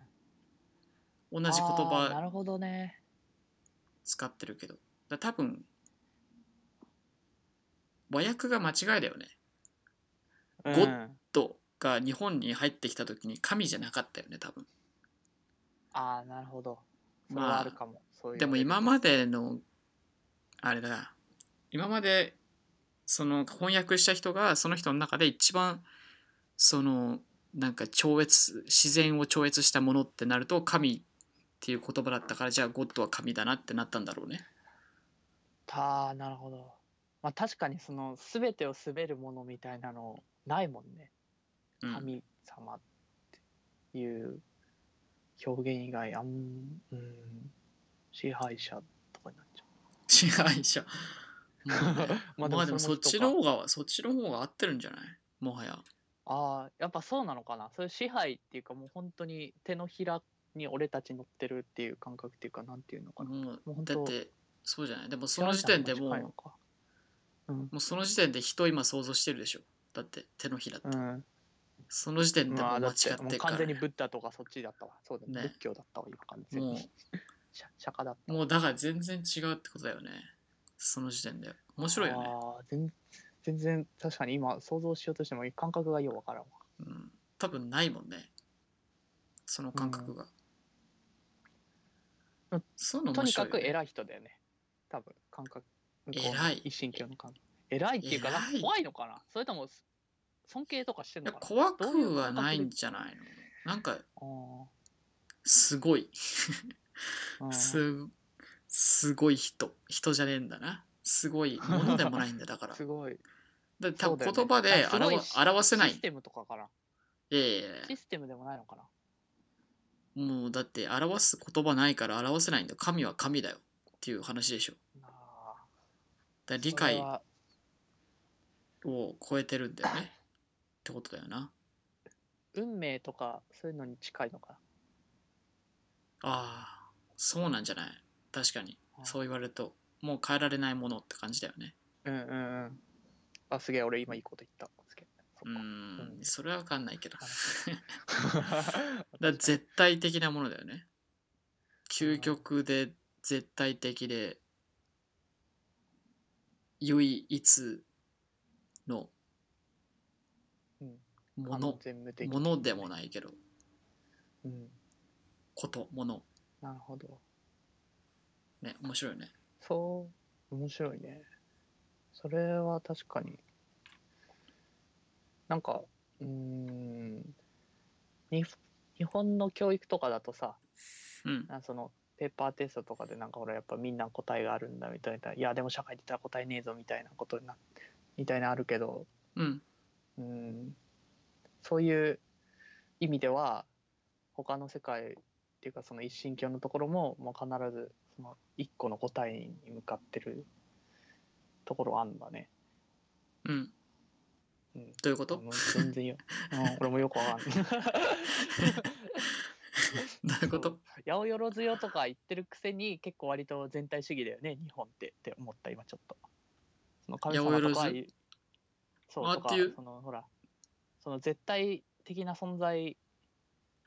Speaker 1: 同じ言
Speaker 2: あーな
Speaker 1: 葉
Speaker 2: るほどね
Speaker 1: 使ってるけどだ多分和訳が間違いだよね
Speaker 2: うん
Speaker 1: ごとが日本に入ってきた時に神じゃなかったよね多分
Speaker 2: ああなるほどそれ
Speaker 1: まあ
Speaker 2: はあるかも、そういう
Speaker 1: でも今
Speaker 2: で
Speaker 1: までのあれだな今までその翻訳した人がその人の中で一番そのなんか超越自然を超越したものってなると神っていう言葉だったからじゃあゴッドは神だなってなったんだろうね
Speaker 2: たあなるほどまあ確かにその全てを滑るものみたいなのないもんね
Speaker 1: うん
Speaker 2: 神様っていう表現以外あんうん支配者とかになっ ちゃ
Speaker 1: 支配者 まあね
Speaker 2: う
Speaker 1: まあでもそっちの
Speaker 2: 人か
Speaker 1: 方がそっちの方が合ってるんじゃないもはや
Speaker 2: ああやっぱそうなのかなそういう支配っていうかもう本当に手のひらに俺たち乗ってるっていう感覚っていうかなんていうのかな
Speaker 1: もう
Speaker 2: もう本
Speaker 1: だ
Speaker 2: 当
Speaker 1: ってそうじゃないでもその時点でもう
Speaker 2: 近いの
Speaker 1: も
Speaker 2: かうん、
Speaker 1: うその時点で人今想像してるでしょだって手のひらって
Speaker 2: うん、
Speaker 1: その時点でも
Speaker 2: ま
Speaker 1: う
Speaker 2: あ
Speaker 1: 間違
Speaker 2: だっ
Speaker 1: って
Speaker 2: てもう
Speaker 1: るか
Speaker 2: 完
Speaker 1: ら
Speaker 2: 全に
Speaker 1: ね、
Speaker 2: ブッダとかそっちだったわそうだね
Speaker 1: ね
Speaker 2: 仏教だったわ今完全
Speaker 1: もう
Speaker 2: に しゃ釈迦だった
Speaker 1: もうだから全然違うってことだよねその時点で面白いよね、
Speaker 2: あー全全然確かに今想像しようとしても感覚がようわからんわ
Speaker 1: うん、多分ないもんねその感覚が、
Speaker 2: うん
Speaker 1: そういうの
Speaker 2: と
Speaker 1: 面
Speaker 2: に
Speaker 1: 白
Speaker 2: か
Speaker 1: いよ
Speaker 2: く
Speaker 1: ね、
Speaker 2: 偉い人だよね多分感覚向こうの
Speaker 1: 偉い
Speaker 2: 一神教の感覚偉いっていうかな
Speaker 1: 偉い
Speaker 2: 怖いのかなそれとも尊敬とかしてん
Speaker 1: いや
Speaker 2: のかな
Speaker 1: 怖くはないんじゃないのなんかすごい
Speaker 2: あーうんす
Speaker 1: すすごい人人じゃねえんだなすごいものでもないんだだ から
Speaker 2: ごい
Speaker 1: だって多
Speaker 2: そう
Speaker 1: 分
Speaker 2: だよね
Speaker 1: 言葉で
Speaker 2: あすごい
Speaker 1: 表表せない
Speaker 2: システムとかかない
Speaker 1: やいやいや
Speaker 2: システムでもないのかな
Speaker 1: もうだって表す言葉ないから表せないんだよ神は神だよっていう話でしょ
Speaker 2: あー
Speaker 1: だから理
Speaker 2: そ
Speaker 1: 解
Speaker 2: れは
Speaker 1: を超えてるんだよねってことだよな
Speaker 2: 運命とかそういうのに近いのか
Speaker 1: ああそうなんじゃない確かに
Speaker 2: うん
Speaker 1: そう言われるともう変えられないものって感じだよね
Speaker 2: うんうんうん。あ、すげえ、俺今いいこと言った。すげえ。
Speaker 1: う
Speaker 2: そっか
Speaker 1: ん
Speaker 2: うん
Speaker 1: それは分かんないけどだから
Speaker 2: 確かに
Speaker 1: 絶対的なものだよね究極で絶対的で唯一の
Speaker 2: うん
Speaker 1: も
Speaker 2: あの
Speaker 1: の、
Speaker 2: 全部的
Speaker 1: ものでもないけど
Speaker 2: うん。
Speaker 1: こともの
Speaker 2: なるほど。
Speaker 1: ね面白いよね
Speaker 2: そう、面白いね。それは確かに。なんか、うーん。に日本の教育とかだとさ、
Speaker 1: うん
Speaker 2: なんかそのペーパーテストとかでなんかほらやっぱみんな答えがあるんだみたいな「いやでも社会出たら答えねえぞ」みたいなことになみたいなあるけど
Speaker 1: うん
Speaker 2: うんそういう意味では他の世界っていうかその一神教のところももう必ずその一個の答えに向かってるところあんだね。
Speaker 1: うん
Speaker 2: うん、
Speaker 1: どういうこと
Speaker 2: もう 全然よ、うん、これもよくわかんない。
Speaker 1: どういうこ
Speaker 2: そ
Speaker 1: と
Speaker 2: う八百万よとか言ってるくせに結構割と全体主義だよね日本ってって思った今ちょっとその神様とかは
Speaker 1: 八百万
Speaker 2: そう
Speaker 1: あ
Speaker 2: とか
Speaker 1: っていう
Speaker 2: そのほらその絶対的な存在っ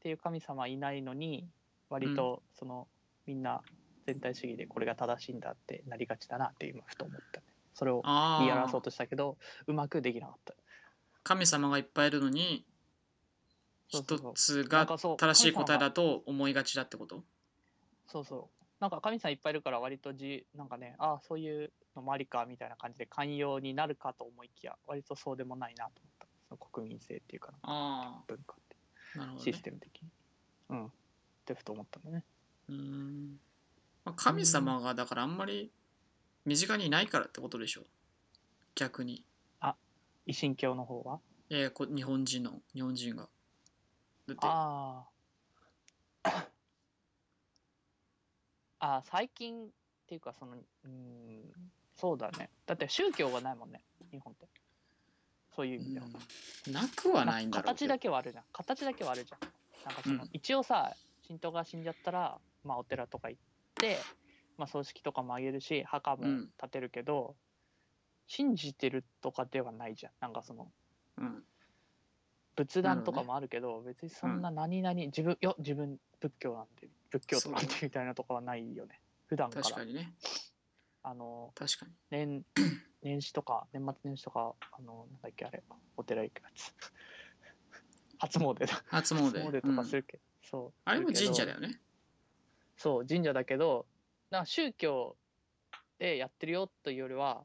Speaker 2: ていう神様いないのに割とその、みんな全体主義でこれが正しいんだってなりがちだなって今ふと思ったねそれを
Speaker 1: あ
Speaker 2: 言い表そう
Speaker 1: あ
Speaker 2: としたけどうまくできなかった
Speaker 1: 神様がいっぱいいるのに
Speaker 2: そうそう
Speaker 1: 一
Speaker 2: そう
Speaker 1: つ
Speaker 2: なん
Speaker 1: が
Speaker 2: かそう
Speaker 1: 正しい
Speaker 2: 神様
Speaker 1: 答え
Speaker 2: が
Speaker 1: だと思いがちだってこと
Speaker 2: そうそう。なんか神さんいっぱいいるから割とじなんかねああそういうのもありかみたいな感じで寛容になるかと思いきや割とそうでもないなと思ったその国民性っていうかな
Speaker 1: あ
Speaker 2: 文化って
Speaker 1: あなるほど、
Speaker 2: シ
Speaker 1: ね
Speaker 2: ステム的に、うんってふと思ったんだね
Speaker 1: うーんまあ、神様がだからあんまり身近にいないからってことでしょ逆に
Speaker 2: 一神教の方は
Speaker 1: えこ日本人の日本人がだって
Speaker 2: ああああ最近っていうかそのうんそうだねだって宗教がないもんね日本ってそういう意味では、
Speaker 1: うんなくはないんだろう
Speaker 2: 形
Speaker 1: けど
Speaker 2: だけはあるじゃん形だけはあるじゃんなんかその、
Speaker 1: うん
Speaker 2: 一応さ神道が死んじゃったら、まあ、お寺とか行って、まあ、葬式とかもあげるし墓も
Speaker 1: うん
Speaker 2: 建てるけど、信じてるとかではないじゃんなんかその
Speaker 1: うん
Speaker 2: 仏
Speaker 1: なる
Speaker 2: 壇
Speaker 1: ほど
Speaker 2: と
Speaker 1: ね
Speaker 2: かもあるけど別にそんな何々、自分いや自分仏教なんて仏教とかなんてみたいなとかはないよね普段から
Speaker 1: 確かにね
Speaker 2: あの
Speaker 1: 確かに
Speaker 2: 年 年始とか年末年始とかあのなんだっけあれお寺行くやつ初詣だ
Speaker 1: 初
Speaker 2: そう
Speaker 1: 詣
Speaker 2: で
Speaker 1: う
Speaker 2: とか
Speaker 1: ん
Speaker 2: するけど、そう
Speaker 1: あれも神社だ
Speaker 2: よ
Speaker 1: よね
Speaker 2: そう神社だけどなんか宗教でやってるよというよりは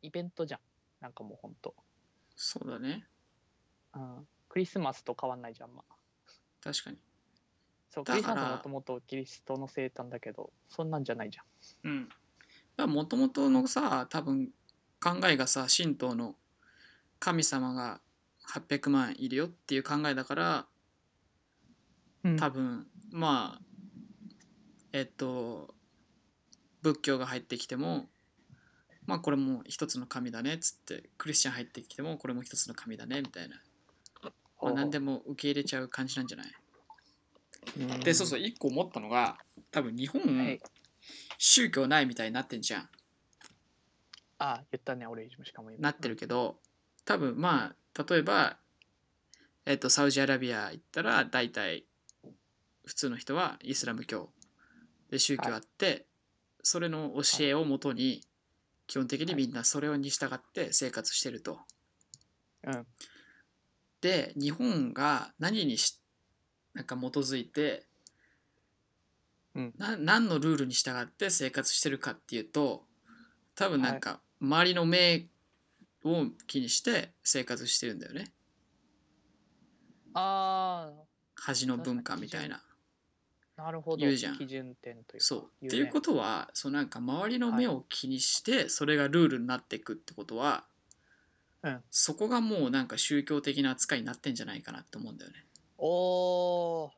Speaker 2: イベントじゃんなんかもうほんと、
Speaker 1: そうだね
Speaker 2: うん、クリスマスと変わんないじゃん、まあ、
Speaker 1: 確かに
Speaker 2: そう
Speaker 1: だ
Speaker 2: ク
Speaker 1: から
Speaker 2: リスマスはもともとキリストの生誕だけどそんなんじゃないじゃん
Speaker 1: うんもともとのさ多分考えがさ神道の神様が800万いるよっていう考えだから
Speaker 2: うん
Speaker 1: 多分まあえっと仏教が入ってきてもまあこれも一つの神だねっつってクリスチャン入ってきてもこれも一つの神だねみたいな、まあ、何でも受け入れちゃう感じなんじゃないでそうそうう一個思ったのが多分日本、
Speaker 2: んはい、
Speaker 1: 宗教ないみたいになってんじゃん
Speaker 2: あ言ったね俺しかも今
Speaker 1: なってるけど多分まあ例えば、えっとサウジアラビア行ったら大体普通の人はイスラム教で宗教あって、それの教えをもとに基本的にみんなそれに従って生活してると。
Speaker 2: うん
Speaker 1: で日本が何にしなんか基づいて、
Speaker 2: うん
Speaker 1: な何のルールに従って生活してるかっていうと多分なんか周りの目を気にして生活してるんだよね
Speaker 2: あ
Speaker 1: 恥の文化みたいな。
Speaker 2: あなるほど
Speaker 1: 言うじゃん
Speaker 2: 基準点というか
Speaker 1: そう
Speaker 2: 言
Speaker 1: っていうこととはそうなんか周りの目を気にしてそれがルールになっていくってことは、
Speaker 2: うん
Speaker 1: そこがもうなんか宗教的な扱いになってんじゃないかなって思うんだよね。
Speaker 2: おー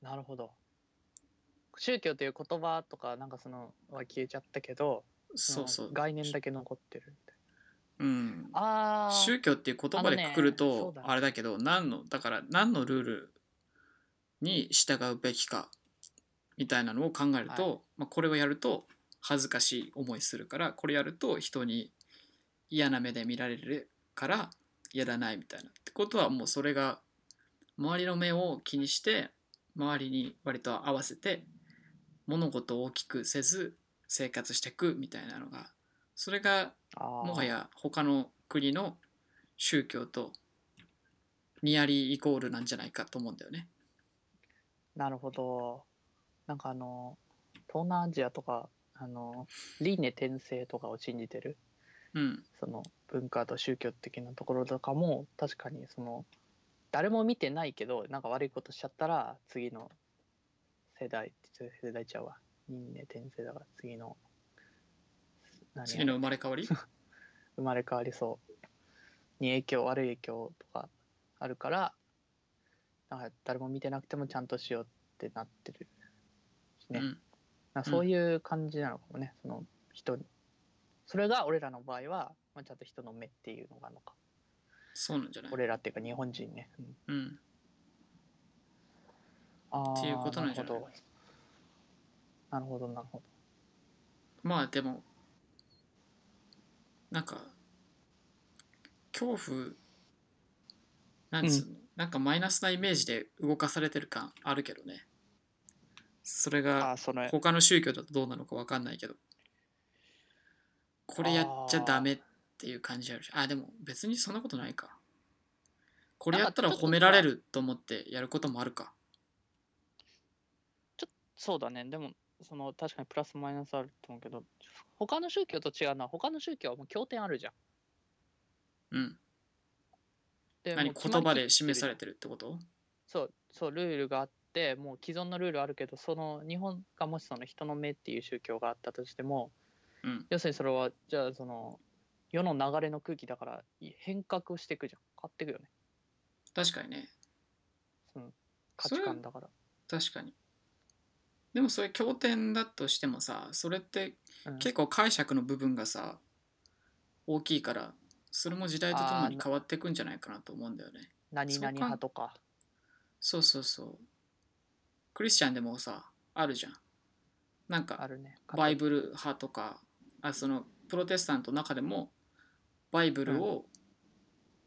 Speaker 2: なるほど宗教という言葉とかなんかそのは消えちゃったけど
Speaker 1: そうそ
Speaker 2: の
Speaker 1: う、
Speaker 2: 概念だけ残ってるみたい
Speaker 1: うん、
Speaker 2: なあー
Speaker 1: 宗教っていう言葉でくくる
Speaker 2: あのねそ
Speaker 1: と
Speaker 2: うだね
Speaker 1: あれだけど何のだから何のルールに従うべきかみたいなのを考えると、まあ、これをやると恥ずかしい思いするからこれやると人に嫌な目で見られるからやらないみたいな。ってことはもうそれが周りの目を気にして周りに割と合わせて物事を大きくせず生活していくみたいなのがそれが
Speaker 2: あー
Speaker 1: もはや他の国の宗教とニアリーイコールなんじゃないかと思うんだよね。
Speaker 2: なるほど。なんかあの東南アジアとかあの輪廻転生とかを信じてる
Speaker 1: うん、
Speaker 2: その文化と宗教的なところとかも確かにその誰も見てないけどなんか悪いことしちゃったら次の世代世代ちゃうわ輪廻転生だから次の何や
Speaker 1: 次の生まれ変わり
Speaker 2: 生まれ変わりそうに影響悪い影響とかあるからなんか誰も見てなくてもちゃんとしようってなってるし
Speaker 1: う
Speaker 2: ね、
Speaker 1: ん
Speaker 2: なんかそういう感じなのかもね、その人それが俺らの場合は、まあ、ちゃんと人の目っていうのがあるのか
Speaker 1: そうなんじゃない、
Speaker 2: 俺らっていうか日本人ね、うん
Speaker 1: うん、
Speaker 2: あー
Speaker 1: っていうことなんじゃない
Speaker 2: なるほどなるほど
Speaker 1: まあでもなんか恐怖なんつうの、なんかマイナスなイメージで動かされてる感あるけどねそれ
Speaker 2: なるほど
Speaker 1: が
Speaker 2: あーその
Speaker 1: 他の宗教だとどうなのかわかんないけどこれやっちゃダメっていう感じあるしあでも別にそんなことないかこれやったら
Speaker 2: なんかちょっと
Speaker 1: 褒められると思ってやることもあるか
Speaker 2: そうだねでもその確かにプラスマイナスあると思うけど他の宗教と違うのは他の宗教はもう経典あるじゃん
Speaker 1: うん
Speaker 2: でも
Speaker 1: 何
Speaker 2: う決ま
Speaker 1: 言
Speaker 2: り
Speaker 1: 葉で示
Speaker 2: きって
Speaker 1: さ
Speaker 2: る
Speaker 1: れてるってこと
Speaker 2: そうそうルールがあってもう既存のルールあるけどその日本がもしその人の目っていう宗教があったとしても
Speaker 1: うん
Speaker 2: 要するにそれはじゃあその世の流れの空気だからい変革をしていくじゃん変わっていくよね
Speaker 1: 確かにね
Speaker 2: その価値観だから
Speaker 1: 確かにでもそれ経典だとしてもさそれって
Speaker 2: うん
Speaker 1: 結構解釈の部分がさ大きいからそれも時代とともに
Speaker 2: あー
Speaker 1: 変わっていくんじゃないかなと思うんだよね
Speaker 2: 何々派とか
Speaker 1: そうそうそうクリスチャンでもさあるじゃんなん
Speaker 2: あ
Speaker 1: か
Speaker 2: るね
Speaker 1: バイブル派とかあそのプロテスタントの中でもバイブルを、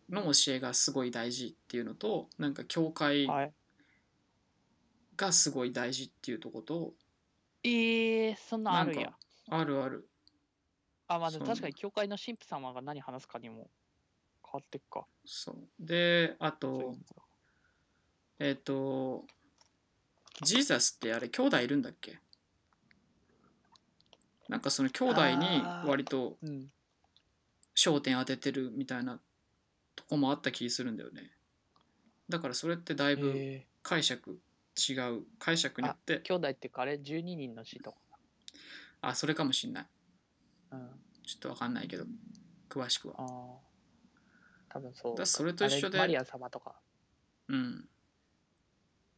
Speaker 1: の教えがすごい大事っていうのとなんか教会
Speaker 2: はい
Speaker 1: がすごい大事っていうとこと、
Speaker 2: えー、そんなんあ
Speaker 1: な
Speaker 2: る
Speaker 1: ん
Speaker 2: ん
Speaker 1: か
Speaker 2: や
Speaker 1: あるある
Speaker 2: あまあで
Speaker 1: そ
Speaker 2: も
Speaker 1: うなの
Speaker 2: 確かに教会の神父様が何話すかにも変わってくか
Speaker 1: そうであ
Speaker 2: そういう
Speaker 1: と
Speaker 2: のか
Speaker 1: えっ、とジーザスってあれ兄弟いるんだっけなんかその兄弟に
Speaker 2: あー
Speaker 1: 割と
Speaker 2: うん
Speaker 1: 焦点当ててるみたいなとこもあった気するんだよねだからそれってだいぶ
Speaker 2: え
Speaker 1: 解釈違う解釈によって
Speaker 2: ー兄弟っていうかあれ12人の死とか
Speaker 1: あそれかもしんない
Speaker 2: うん
Speaker 1: ちょっとわかんないけど詳しくは
Speaker 2: ああ。多分そう
Speaker 1: だからそれと一緒で
Speaker 2: あれマリア様とか。
Speaker 1: うん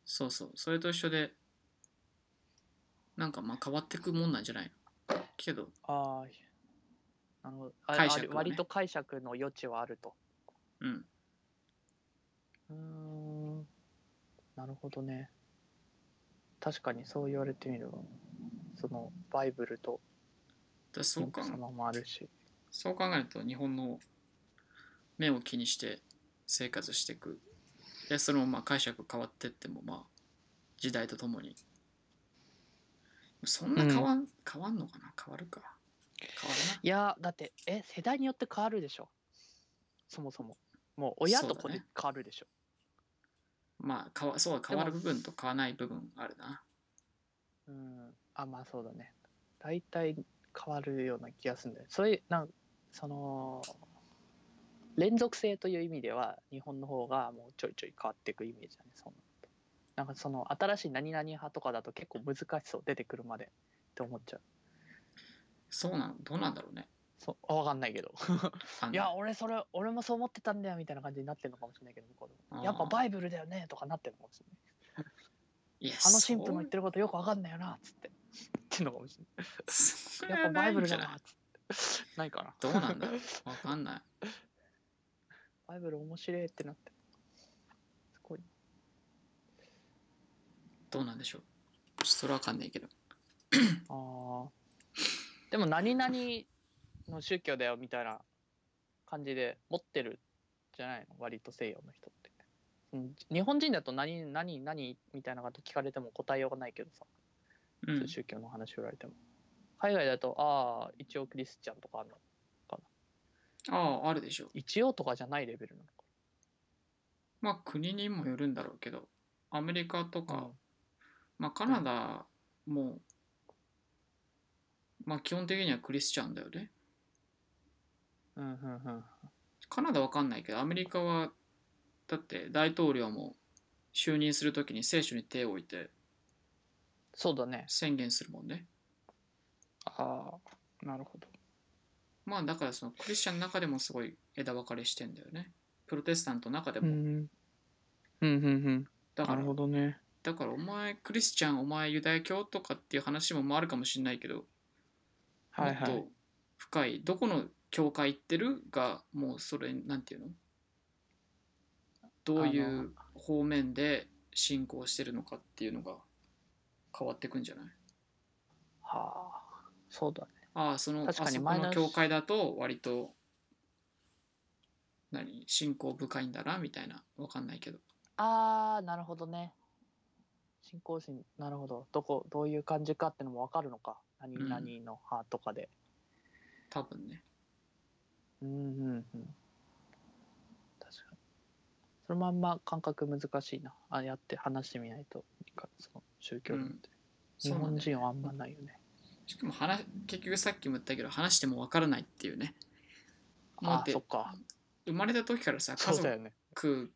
Speaker 1: そうそうそれと一緒でなんかまあ変わってくもんなんじゃないのけど
Speaker 2: ああ。なるほど。あ
Speaker 1: 解釈をね
Speaker 2: ある割と解釈の余地はあると。
Speaker 1: うん
Speaker 2: うーん。なるほどね。確かにそう言われてみれば、そのバイブルと
Speaker 1: だそう
Speaker 2: 神
Speaker 1: か
Speaker 2: 父様もあるし。
Speaker 1: そう考えると日本の目を気にして生活していくでそのまあ解釈変わってってもまあ時代とともにそんな変わん、変わんのかな変わるか変わるない
Speaker 2: やー、だって、え、世代によって変わるでしょ。そもそも。もう親と子
Speaker 1: そうだ
Speaker 2: で
Speaker 1: ね
Speaker 2: 変わるでしょ。
Speaker 1: まあ変わそう変わる部分と変わらない部分あるな
Speaker 2: うん、あまあそうだね大体変わるような気がするんだよそういうなんその連続性という意味では日本の方がもうちょいちょい変わっていくイメージだねそうなるとなんかその新しい何々派とかだと結構難しそう出てくるまでって思っちゃう
Speaker 1: そうなのどうなんだろうね
Speaker 2: そうあわかんないけど
Speaker 1: あの
Speaker 2: いや俺それ俺もそう思ってたんだよみたいな感じになってるのかもしれないけど向こうで
Speaker 1: あ
Speaker 2: も
Speaker 1: ー
Speaker 2: やっぱバイブルだよねとかなってるのかもしれない
Speaker 1: いや
Speaker 2: あの神父の
Speaker 1: そ
Speaker 2: 言
Speaker 1: う
Speaker 2: ってることよくわかんないよなっつって言ってんのかもしれない
Speaker 1: それ
Speaker 2: や
Speaker 1: は
Speaker 2: っぱバ
Speaker 1: な
Speaker 2: イ
Speaker 1: い
Speaker 2: ブ
Speaker 1: ん
Speaker 2: ル
Speaker 1: じゃ
Speaker 2: だ
Speaker 1: ない
Speaker 2: なっつってないかな
Speaker 1: どうなんだろうわかんない
Speaker 2: バイブル面白いってなって。すごい。
Speaker 1: どうなんでしょうちょっとそれはわかんないけど
Speaker 2: ああ。でも何々の宗教だよみたいな感じで持ってるじゃないの割と西洋の人って、うん日本人だと何何何みたいなこと聞かれても答えようがないけどさ、
Speaker 1: う
Speaker 2: そうんいう宗教の話振られても海外だとああ一応クリスチャンとかあるの
Speaker 1: あああるでしょう
Speaker 2: 一応とかじゃないレベルなのか
Speaker 1: まあ国にもよるんだろうけどアメリカとか、
Speaker 2: うん
Speaker 1: まあカナダも、まあ基本的にはクリスチャンだよね
Speaker 2: うんうん
Speaker 1: カナダわかんないけどアメリカはだって大統領も就任するときに聖書に手を置いて
Speaker 2: そうだね
Speaker 1: 宣言するもんね
Speaker 2: ああなるほど
Speaker 1: まあだからそのクリスチャンの中でもすごい枝分かれしてんだよねプロテスタントの中で
Speaker 2: う
Speaker 1: も、
Speaker 2: んうんうんうん
Speaker 1: だから
Speaker 2: どね
Speaker 1: だからお前クリスチャンお前ユダヤ教とかっていう話もまああるかもしれないけども
Speaker 2: はい
Speaker 1: っ
Speaker 2: はい
Speaker 1: と深いどこの教会行ってるがもうそれなんていうのどうい
Speaker 2: あの
Speaker 1: う方面で信仰してるのかっていうのが変わってくんじゃない
Speaker 2: はあそうだね
Speaker 1: ああそのあ
Speaker 2: 確
Speaker 1: そ
Speaker 2: か
Speaker 1: こ
Speaker 2: にマイナス
Speaker 1: の教会だと割と何信仰深いんだなみたいなわかんないけど
Speaker 2: ああなるほどね信仰心なるほどどこどういう感じかってのも分かるのか何
Speaker 1: うん
Speaker 2: 々の派とかで
Speaker 1: 多分ね
Speaker 2: うんうんうん確かにそのまんま感覚難しいなあやって話してみないとその宗教論って、日
Speaker 1: そうなん
Speaker 2: 本
Speaker 1: だよ
Speaker 2: 人はあんまないよね
Speaker 1: しかも話結局さっきも言ったけど話してもわからないっていうねもうだ
Speaker 2: あ
Speaker 1: っ
Speaker 2: ー
Speaker 1: て
Speaker 2: そっか
Speaker 1: 生まれた時からさ家
Speaker 2: そう
Speaker 1: 族
Speaker 2: だよね
Speaker 1: く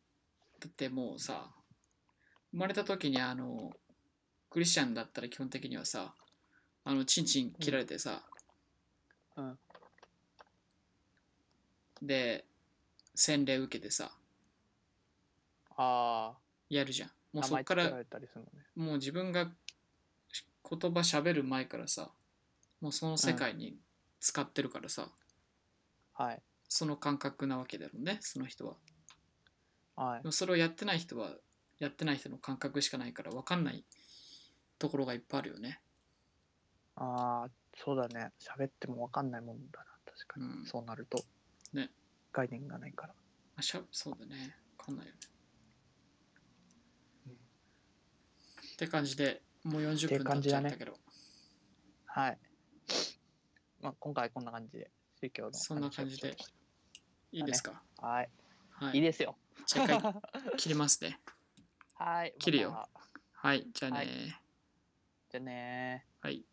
Speaker 1: だってもうさ生まれた時にあのクリスチャンだったら基本的にはさあのチンチン切られてさ、
Speaker 2: うん
Speaker 1: で洗礼受けてさ
Speaker 2: あ
Speaker 1: やるじゃん
Speaker 2: あ
Speaker 1: もう
Speaker 2: 名
Speaker 1: そ
Speaker 2: 前
Speaker 1: っ
Speaker 2: つけ
Speaker 1: から
Speaker 2: られたりするのね
Speaker 1: もう自分が言葉喋る前からさもうその世界に使ってるからさ、
Speaker 2: はい
Speaker 1: その感覚なわけだろうねその人は
Speaker 2: はい
Speaker 1: でもそれをやってない人はやってない人の感覚しかないから分かんないところがいっぱいあるよね
Speaker 2: ああそうだね喋っても分かんないもんだな確かに、
Speaker 1: うん
Speaker 2: そうなると
Speaker 1: ね
Speaker 2: 概念がないから
Speaker 1: あしゃそうだね分かんないよね、
Speaker 2: うん
Speaker 1: って感じでもう40分経っちゃったけど、
Speaker 2: はいまあ今回こんな感じで宗教の
Speaker 1: そんな感じで
Speaker 2: 話をちょっ
Speaker 1: いいですか、
Speaker 2: とはい
Speaker 1: はい
Speaker 2: い
Speaker 1: い
Speaker 2: ですよ
Speaker 1: じゃあ一回切りますね
Speaker 2: はい
Speaker 1: 切るよ
Speaker 2: また
Speaker 1: はいじゃあね
Speaker 2: はいじゃあねー
Speaker 1: はい